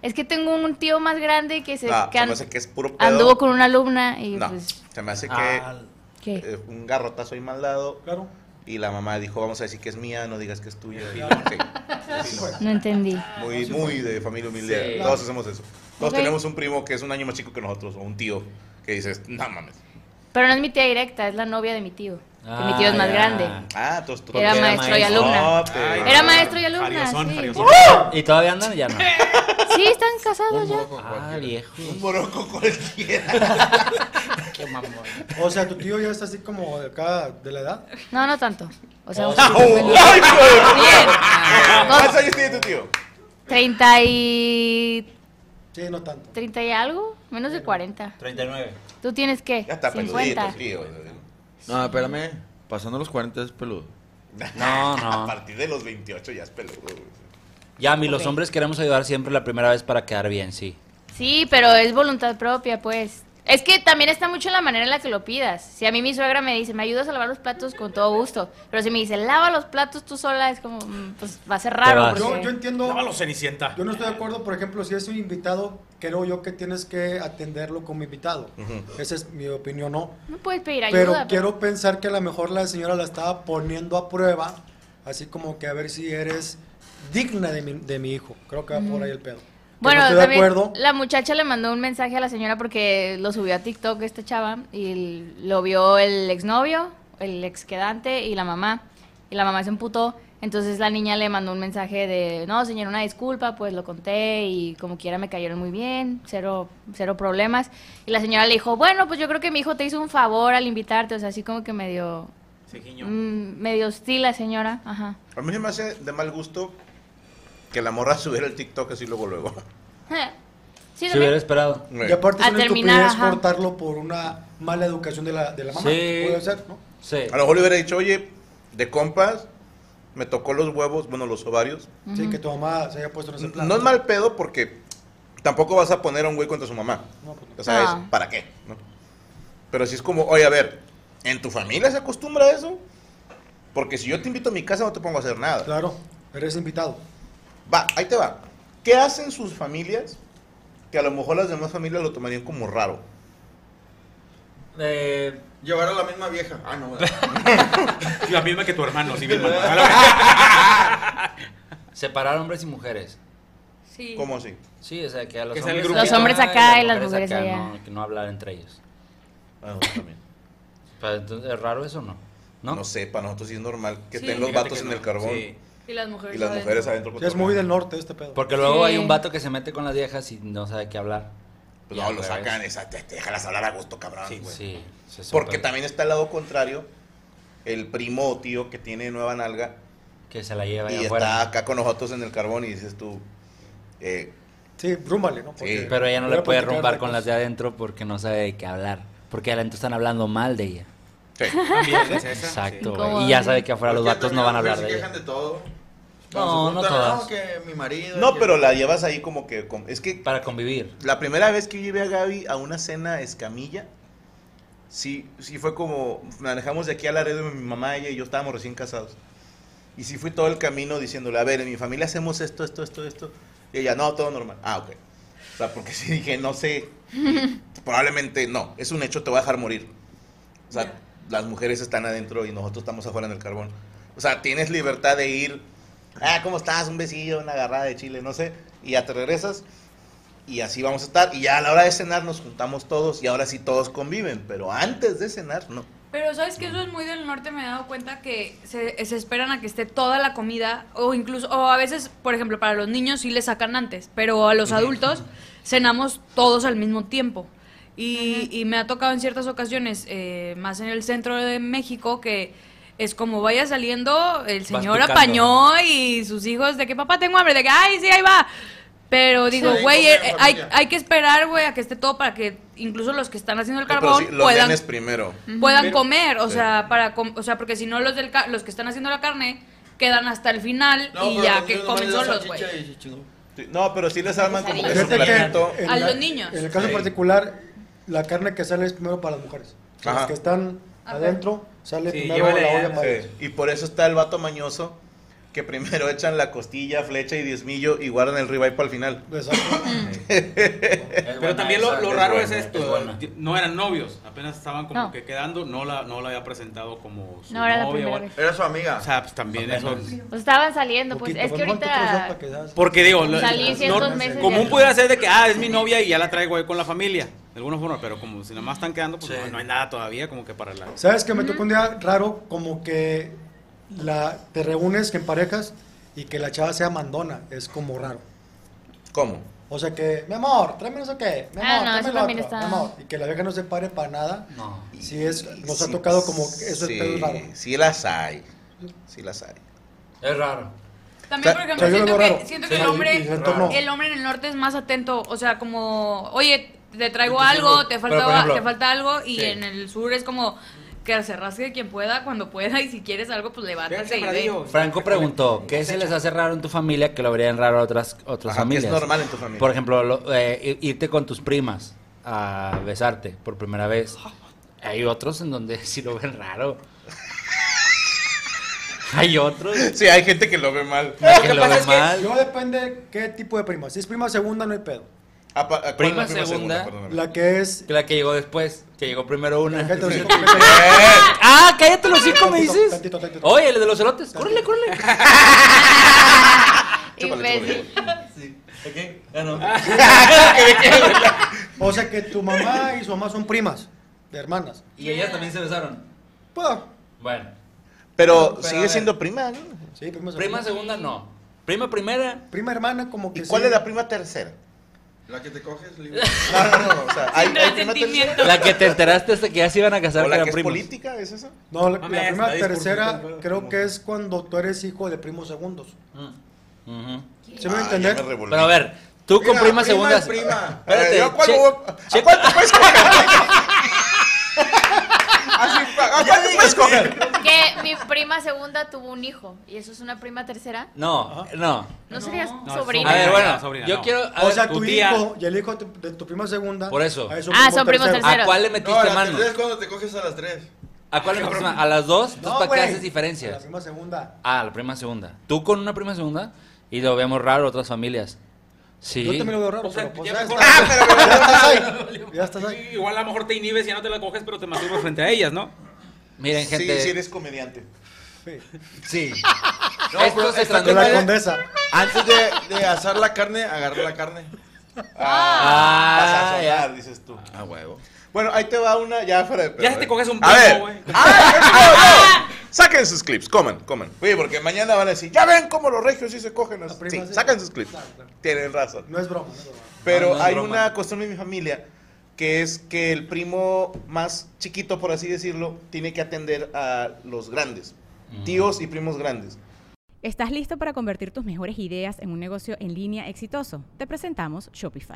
Speaker 8: Es que tengo un tío más grande que se
Speaker 3: Ah,
Speaker 8: que
Speaker 3: se
Speaker 8: an-
Speaker 3: me hace que es puro pedo.
Speaker 8: anduvo con una alumna y
Speaker 3: No,
Speaker 8: pues
Speaker 3: se me hace que
Speaker 2: Ah,
Speaker 8: ¿qué?
Speaker 3: eh, un garrotazo ahí mal dado.
Speaker 1: Claro.
Speaker 3: Y la mamá dijo, vamos a decir que es mía, no digas que es tuya. Y- sí.
Speaker 8: No entendí.
Speaker 3: Muy, muy de familia humilde.
Speaker 2: Sí.
Speaker 3: Todos hacemos eso. Todos
Speaker 8: Ok.
Speaker 3: tenemos un primo que es un año más chico que nosotros, o un tío, que dices, no mames.
Speaker 8: Pero no es mi tía directa, es la novia de mi tío. que mi tío es más
Speaker 2: Ah,
Speaker 8: grande.
Speaker 3: Ah, todos todos-
Speaker 8: Era
Speaker 2: era
Speaker 8: maestro y
Speaker 2: maestro.
Speaker 8: alumna.
Speaker 3: No, te-
Speaker 8: Era maestro y alumna.
Speaker 4: Jariosón,
Speaker 8: sí.
Speaker 4: jariosón.
Speaker 2: ¿Y todavía andan? Ya no.
Speaker 8: Sí, están casados ya.
Speaker 2: Ah, viejo.
Speaker 3: Un moroco cualquiera.
Speaker 2: Qué mamón.
Speaker 1: O sea, tu tío ya está así como de acá, de la edad.
Speaker 8: No, no tanto. O sea, un-
Speaker 3: ¡Ay, hijo de
Speaker 8: Bien.
Speaker 3: ¿Cuántos
Speaker 8: No,
Speaker 3: años tiene tu tío?
Speaker 8: 30 y...
Speaker 1: Sí, no tanto.
Speaker 8: 30 y algo, menos de 40.
Speaker 2: 39.
Speaker 8: ¿Tú tienes qué?
Speaker 3: Ya está peludito,
Speaker 8: 50.
Speaker 3: tío.
Speaker 6: No, espérame. Pasando los 40 es peludo.
Speaker 2: No,
Speaker 3: A
Speaker 2: no.
Speaker 3: partir de los 28 ya es peludo. güey.
Speaker 2: Ya, mi, los
Speaker 8: Ok.
Speaker 2: hombres queremos ayudar siempre la primera vez para quedar bien, sí.
Speaker 8: Sí, pero es voluntad propia, pues. Es que también está mucho en la manera en la que lo pidas. Si a mí mi suegra me dice, me ayudas a lavar los platos con todo gusto. Pero si me dice, lava los platos tú sola, es como, mm, pues va a ser raro.
Speaker 2: vas.
Speaker 1: Yo,
Speaker 8: porque-
Speaker 1: yo entiendo.
Speaker 4: Lávalo, Cenicienta.
Speaker 1: Yo no estoy de acuerdo, por ejemplo, si es un invitado, creo yo que tienes que atenderlo como invitado. Esa es mi opinión, ¿no?
Speaker 8: No puedes pedir
Speaker 1: pero
Speaker 8: ayuda. pues. pero-
Speaker 1: quiero pensar que a lo mejor la señora la estaba poniendo a prueba, así como que a ver si eres digna de mi, de mi hijo. Creo que va por ahí el pedo. Que
Speaker 8: Bueno,
Speaker 1: no estoy
Speaker 8: también
Speaker 1: de acuerdo.
Speaker 8: la muchacha le mandó un mensaje a la señora porque lo subió a TikTok esta chava y l- lo vio el exnovio, el exquedante y la mamá. Y la mamá se emputó. Entonces la niña le mandó un mensaje de, no, señora, una disculpa, pues lo conté y como quiera me cayeron muy bien, cero, cero problemas. Y la señora le dijo, bueno, pues yo creo que mi hijo te hizo un favor al invitarte, o sea, así como que medio, mm, medio hostil la señora. Ajá.
Speaker 3: A mí se me hace de mal gusto que la morra subiera el TikTok así luego, luego.
Speaker 8: Sí,
Speaker 2: Se hubiera
Speaker 8: también.
Speaker 2: esperado.
Speaker 3: Güey.
Speaker 1: Y aparte es
Speaker 8: Al
Speaker 1: una
Speaker 8: terminar,
Speaker 1: estupidez
Speaker 8: ajá.
Speaker 1: cortarlo por una mala educación de la, de la mamá.
Speaker 2: Sí.
Speaker 1: Puede ser, ¿no?
Speaker 2: Sí.
Speaker 3: A lo mejor le hubiera dicho, oye, de compas, me tocó los huevos, bueno, los ovarios.
Speaker 1: Sí, que tu mamá se haya puesto en ese plan.
Speaker 3: No es mal pedo porque tampoco vas a poner a un güey contra su mamá.
Speaker 1: No, pues no.
Speaker 3: O sea,
Speaker 8: Ah.
Speaker 3: es, ¿para qué? ¿No? Pero si es como, oye, a ver, ¿en tu familia se acostumbra a eso? Porque si yo te invito a mi casa no te pongo a hacer nada.
Speaker 1: Claro, eres invitado.
Speaker 3: Va, ahí te va. ¿Qué hacen sus familias que a lo mejor las demás familias lo tomarían como raro?
Speaker 2: Eh,
Speaker 6: Llevar a la misma vieja. Ah, no.
Speaker 4: La misma que tu hermano, sí, bien
Speaker 2: separar hombres y mujeres.
Speaker 5: Sí.
Speaker 3: ¿Cómo así?
Speaker 2: Sí, o sea, que a los,
Speaker 4: Que sea el
Speaker 2: hombres,
Speaker 4: grupito. Los
Speaker 8: hombres acá y las mujeres
Speaker 2: acá,
Speaker 8: allá.
Speaker 2: No, que no hablar entre ellos.
Speaker 3: Ah, no, también.
Speaker 2: Pero entonces, ¿es raro eso o no? ¿No?
Speaker 3: No sé, para nosotros sí es normal que
Speaker 5: Sí.
Speaker 3: estén los vatos en el carbón
Speaker 5: Y las mujeres.
Speaker 3: y las
Speaker 5: adentro.
Speaker 3: mujeres adentro.
Speaker 1: Sí, es muy del norte este pedo.
Speaker 2: Porque luego
Speaker 8: Sí.
Speaker 2: hay un vato que se mete con las viejas y no sabe qué hablar.
Speaker 3: Pues
Speaker 2: Y
Speaker 3: no,
Speaker 2: al
Speaker 3: lo
Speaker 2: revés.
Speaker 3: sacan, esa, te, te- déjalas hablar a gusto, cabrón.
Speaker 4: Ah, Sí, güey.
Speaker 2: Sí. se super-
Speaker 3: Porque también está el lado contrario, el primo o tío que tiene nueva nalga
Speaker 2: Que se la lleva
Speaker 3: y
Speaker 2: allá
Speaker 3: está
Speaker 2: afuera.
Speaker 3: acá con nosotros en el carbón y dices tú, eh,
Speaker 1: Sí, rúmbale, ¿no? Porque-
Speaker 2: Pero ella no
Speaker 1: voy
Speaker 2: le
Speaker 1: a
Speaker 2: puede
Speaker 1: platicar
Speaker 2: romper
Speaker 1: de
Speaker 2: con las de adentro porque no sabe de qué hablar. Porque adentro están hablando mal de ella.
Speaker 3: sí,
Speaker 4: También ¿eh? es esa.
Speaker 2: Exacto,
Speaker 8: Sí.
Speaker 2: güey.
Speaker 8: Incómodo.
Speaker 2: Y ya sabe que afuera los vatos no van a hablar de
Speaker 6: Se
Speaker 2: ella.
Speaker 6: quejan de todo.
Speaker 2: No,
Speaker 6: Cuando se
Speaker 2: no
Speaker 6: juntan,
Speaker 2: todas.
Speaker 6: que mi marido.
Speaker 3: No,
Speaker 6: que-
Speaker 3: pero la llevas ahí como que... con- Es que
Speaker 2: Para convivir.
Speaker 3: la primera vez que yo llevé a Gaby a una cena escamilla, sí, sí fue como... Manejamos de aquí a Laredo, mi mamá, ella y yo estábamos recién casados. Y sí fui todo el camino diciéndole, a ver, en mi familia hacemos esto, esto, esto, esto. Y ella, no, todo normal. Ah, ok. O sea, porque sí dije, no sé, probablemente no, es un hecho, te voy a dejar morir. O sea, las mujeres están adentro y nosotros estamos afuera en el carbón. O sea, tienes libertad de ir, ah, ¿cómo estás? Un besillo, una agarrada de chile, no sé, y ya te regresas y así vamos a estar. Y ya a la hora de cenar nos juntamos todos y ahora sí todos conviven, pero antes de cenar, no.
Speaker 5: Pero sabes que eso es muy del norte, me he dado cuenta que se, se esperan a que esté toda la comida o incluso, o a veces, por ejemplo, para los niños sí le sacan antes, pero a los adultos cenamos todos al mismo tiempo. Y, y me ha tocado en ciertas ocasiones, eh, más en el centro de México, que es como vaya saliendo, el señor
Speaker 2: picando.
Speaker 5: apañó y sus hijos de que papá tengo hambre, de que ay, sí, ahí va. Pero digo,
Speaker 6: Sí,
Speaker 5: güey,
Speaker 6: come
Speaker 5: eh,
Speaker 6: en
Speaker 5: eh, hay,
Speaker 6: familia.
Speaker 5: hay que esperar, güey, a que esté todo para que incluso los que están haciendo el
Speaker 3: No,
Speaker 5: carbón
Speaker 3: pero sí, los
Speaker 5: puedan
Speaker 3: nenes primero.
Speaker 5: puedan
Speaker 4: Pero-
Speaker 5: comer, o
Speaker 3: Sí.
Speaker 5: sea, para com- o sea, porque si no los del ca- los que están haciendo la carne quedan hasta el final
Speaker 6: No,
Speaker 5: y
Speaker 6: pero
Speaker 5: ya
Speaker 6: los
Speaker 5: que
Speaker 6: niños nomás
Speaker 5: comen
Speaker 6: le dan
Speaker 5: solos, güey.
Speaker 6: salchicha y se chingó.
Speaker 3: Sí, No, pero sí les arman como que su
Speaker 1: Fíjate que
Speaker 3: platito.
Speaker 1: en
Speaker 5: A
Speaker 1: la-
Speaker 5: los niños.
Speaker 1: En el caso
Speaker 3: Sí.
Speaker 1: particular, la carne que sale es primero para las mujeres. O sea,
Speaker 3: Ajá.
Speaker 1: Las que están
Speaker 5: Ajá.
Speaker 1: adentro, sale
Speaker 4: Sí,
Speaker 1: primero
Speaker 4: llévale
Speaker 1: la
Speaker 4: ya,
Speaker 1: olla
Speaker 4: sí.
Speaker 1: para
Speaker 3: Sí,
Speaker 1: ellos.
Speaker 3: Y por eso está el vato mañoso que primero echan la costilla, flecha y diezmillo y guardan el ribeye para el final.
Speaker 1: Exacto.
Speaker 4: Pero también lo, lo raro es esto,
Speaker 2: buena.
Speaker 4: no eran novios, apenas estaban como
Speaker 8: No.
Speaker 4: que quedando, no la, no la había presentado como su
Speaker 8: No, era la
Speaker 4: novia. o
Speaker 8: primera
Speaker 4: algo.
Speaker 8: vez.
Speaker 6: Era su amiga.
Speaker 4: O sea, pues también eso...
Speaker 8: Pues estaban saliendo, pues
Speaker 1: Poquito,
Speaker 8: es que
Speaker 1: bueno, ¿cuánto crees,
Speaker 8: ahorita...
Speaker 1: para que seas?
Speaker 4: Porque digo, lo-
Speaker 8: Salí
Speaker 4: no-
Speaker 8: ciertos meses
Speaker 4: común
Speaker 8: de-
Speaker 4: pudiera ser de que, ah, es mi novia y ya la traigo ahí con la familia, de alguna forma, pero como si nada más están quedando, pues
Speaker 2: Sí.
Speaker 4: no, no hay nada todavía como que para la...
Speaker 1: ¿Sabes que me tocó un día raro? Como que la, te reúnes en parejas y que la chava sea mandona. Es como raro.
Speaker 3: ¿Cómo?
Speaker 1: O sea que, mi amor, tráeme eso qué. Mi amor,
Speaker 8: Ah, no,
Speaker 1: tráeme
Speaker 8: eso
Speaker 1: lo
Speaker 8: también
Speaker 1: otro,
Speaker 8: está-
Speaker 1: mi amor. Y que la vieja no se pare para nada.
Speaker 2: No.
Speaker 1: Sí, es, nos ha
Speaker 3: Sí,
Speaker 1: tocado como que eso
Speaker 3: sí,
Speaker 1: es pedo raro.
Speaker 3: Sí las hay. Sí las hay.
Speaker 2: Es raro.
Speaker 5: También,
Speaker 3: O
Speaker 5: por
Speaker 3: sea,
Speaker 5: ejemplo,
Speaker 1: o sea, yo
Speaker 5: siento
Speaker 1: lo veo
Speaker 5: que,
Speaker 1: raro.
Speaker 5: siento
Speaker 1: Sí.
Speaker 5: que el
Speaker 1: Y-
Speaker 5: hombre,
Speaker 1: y el entorno.
Speaker 5: el hombre en el norte es más atento, o sea, como, oye, te traigo
Speaker 2: Entonces,
Speaker 5: algo,
Speaker 2: pero,
Speaker 5: te
Speaker 2: por
Speaker 5: falta,
Speaker 2: ejemplo,
Speaker 5: te falta algo, y
Speaker 2: sí.
Speaker 5: en el sur es como que se rasque quien pueda, cuando pueda, y si quieres algo, pues levántate y
Speaker 4: Gracias,
Speaker 5: ve.
Speaker 4: Amarillo.
Speaker 2: Franco preguntó, ¿qué se les hace raro en tu familia que lo verían raro a otras, otras
Speaker 3: Ajá, que es
Speaker 2: familias?
Speaker 3: normal en tu familia.
Speaker 2: Por ejemplo, lo- eh, i- irte con tus primas a besarte por primera vez. Hay otros en donde sí lo ven raro. Hay otros
Speaker 3: Sí, hay gente que lo ve mal.
Speaker 2: que lo ven mal.
Speaker 1: Yo depende qué tipo de prima. Si es prima segunda, no hay pedo.
Speaker 3: Ah, pa- ah, ¿cuál es la
Speaker 2: Prima segunda.
Speaker 3: Perdóname.
Speaker 1: La que es.
Speaker 2: Que La que llegó después, que llegó primero una.
Speaker 1: Cállate, hocico.
Speaker 2: Ah, cállate los cinco, me
Speaker 1: Tantito,
Speaker 2: dices.
Speaker 1: tantito, tantito.
Speaker 2: Oye, el de los elotes, córrele, córrele.
Speaker 3: Chúpale,
Speaker 8: Imbécil.
Speaker 1: O sea que tu mamá y su mamá son primas, de hermanas.
Speaker 2: Y ellas también se besaron.
Speaker 1: Puedo.
Speaker 2: Bueno.
Speaker 3: Pero
Speaker 2: Pero, a
Speaker 3: sigue
Speaker 2: ver.
Speaker 3: siendo prima, ¿no?
Speaker 1: Sí, prima segunda.
Speaker 2: Prima segunda no. Prima primera.
Speaker 1: Prima hermana, como que.
Speaker 3: ¿Y cuál
Speaker 1: sí.
Speaker 3: es la prima tercera?
Speaker 6: La que te coges, le digo.
Speaker 3: No, no, no. O sea, hay,
Speaker 5: Sin
Speaker 3: hay prima
Speaker 5: resentimiento.
Speaker 3: tercera.
Speaker 2: La que te enteraste hasta que ya se iban a casar
Speaker 3: O la
Speaker 2: eran
Speaker 3: que es
Speaker 2: primos.
Speaker 3: política, ¿es eso?
Speaker 1: No, la, la
Speaker 4: Mames,
Speaker 1: prima
Speaker 4: está
Speaker 1: tercera
Speaker 4: discursivo.
Speaker 1: creo que es cuando tú eres hijo de primos segundos.
Speaker 2: Mm. Ujú.
Speaker 1: ¿Se me va a
Speaker 3: Ah, ya
Speaker 1: entender?
Speaker 3: me revolví.
Speaker 2: Pero a ver, Tú con
Speaker 3: Mira,
Speaker 2: prima,
Speaker 3: prima
Speaker 2: segunda.
Speaker 3: es prima.
Speaker 2: Espérate.
Speaker 3: Eh, ¿yo a cuál
Speaker 2: che-
Speaker 3: voy? ¿A
Speaker 2: che-
Speaker 3: cuál te puedes coger? Así, ¿A cuál te puedes coger?
Speaker 8: Que mi prima segunda tuvo un hijo. ¿Y eso es una prima tercera?
Speaker 2: No, no.
Speaker 8: ¿No, serías
Speaker 4: No,
Speaker 8: sobrina?
Speaker 2: A ver,
Speaker 4: no,
Speaker 2: bueno.
Speaker 4: sobrina,
Speaker 2: yo
Speaker 4: no.
Speaker 2: quiero. a
Speaker 1: o
Speaker 2: ver,
Speaker 1: sea,
Speaker 4: tu
Speaker 1: tu
Speaker 4: tía-
Speaker 1: hijo y el hijo de tu- de tu prima segunda.
Speaker 2: Por eso.
Speaker 1: a eso
Speaker 8: Ah, son primos terceros.
Speaker 1: terceros.
Speaker 2: ¿A cuál le
Speaker 6: No,
Speaker 2: metiste
Speaker 6: la
Speaker 2: mano?
Speaker 6: tercera es cuando te coges a las tres.
Speaker 2: ¿A cuál le metiste mano? ¿A las dos? Entonces,
Speaker 1: pues, No,
Speaker 2: ¿para qué
Speaker 1: güey.
Speaker 2: haces
Speaker 1: La
Speaker 2: diferencias?
Speaker 1: prima segunda.
Speaker 2: Ah, la prima segunda. Tú con una prima segunda y lo vemos raro otras familias. Sí.
Speaker 1: Yo también lo veo raro,
Speaker 4: O sea,
Speaker 1: pero pues,
Speaker 4: ya
Speaker 1: ya,
Speaker 4: mejor-
Speaker 1: está- ya estás ahí. Ya estás ahí.
Speaker 4: Igual a lo mejor te inhibes y ya no te la coges, pero te masturbas frente a ellas, ¿no?
Speaker 2: Miren, gente.
Speaker 3: Sí, sí eres comediante.
Speaker 2: Sí. Esto se
Speaker 6: está
Speaker 1: Con la
Speaker 2: transmite.
Speaker 1: condesa.
Speaker 6: Antes de, de asar la carne, agarrar la carne.
Speaker 3: Vas a
Speaker 2: Ah, ya.
Speaker 3: sonar, dices tú.
Speaker 6: A huevo.
Speaker 3: Bueno, ahí te va una ya fuera de pedo,
Speaker 4: Ya si te
Speaker 3: ¿eh?
Speaker 4: coges un
Speaker 3: A ver.
Speaker 4: primo, güey.
Speaker 3: ¡Ah, no, no, no! Saquen sus clips, coman, coman. Oye, porque mañana van a decir, ya ven cómo los regios sí se cogen. a sus-".
Speaker 1: prima,
Speaker 3: Sí,
Speaker 1: sí.
Speaker 3: sacan sus clips. Tienen razón.
Speaker 1: No es broma. no es broma.
Speaker 3: Pero
Speaker 2: No, no es
Speaker 3: hay
Speaker 2: broma.
Speaker 3: una costumbre en mi familia que es que el primo más chiquito, por así decirlo, tiene que atender a los grandes. Tíos y primos grandes.
Speaker 9: ¿Estás listo para convertir tus mejores ideas en un negocio en línea exitoso? Te presentamos Shopify.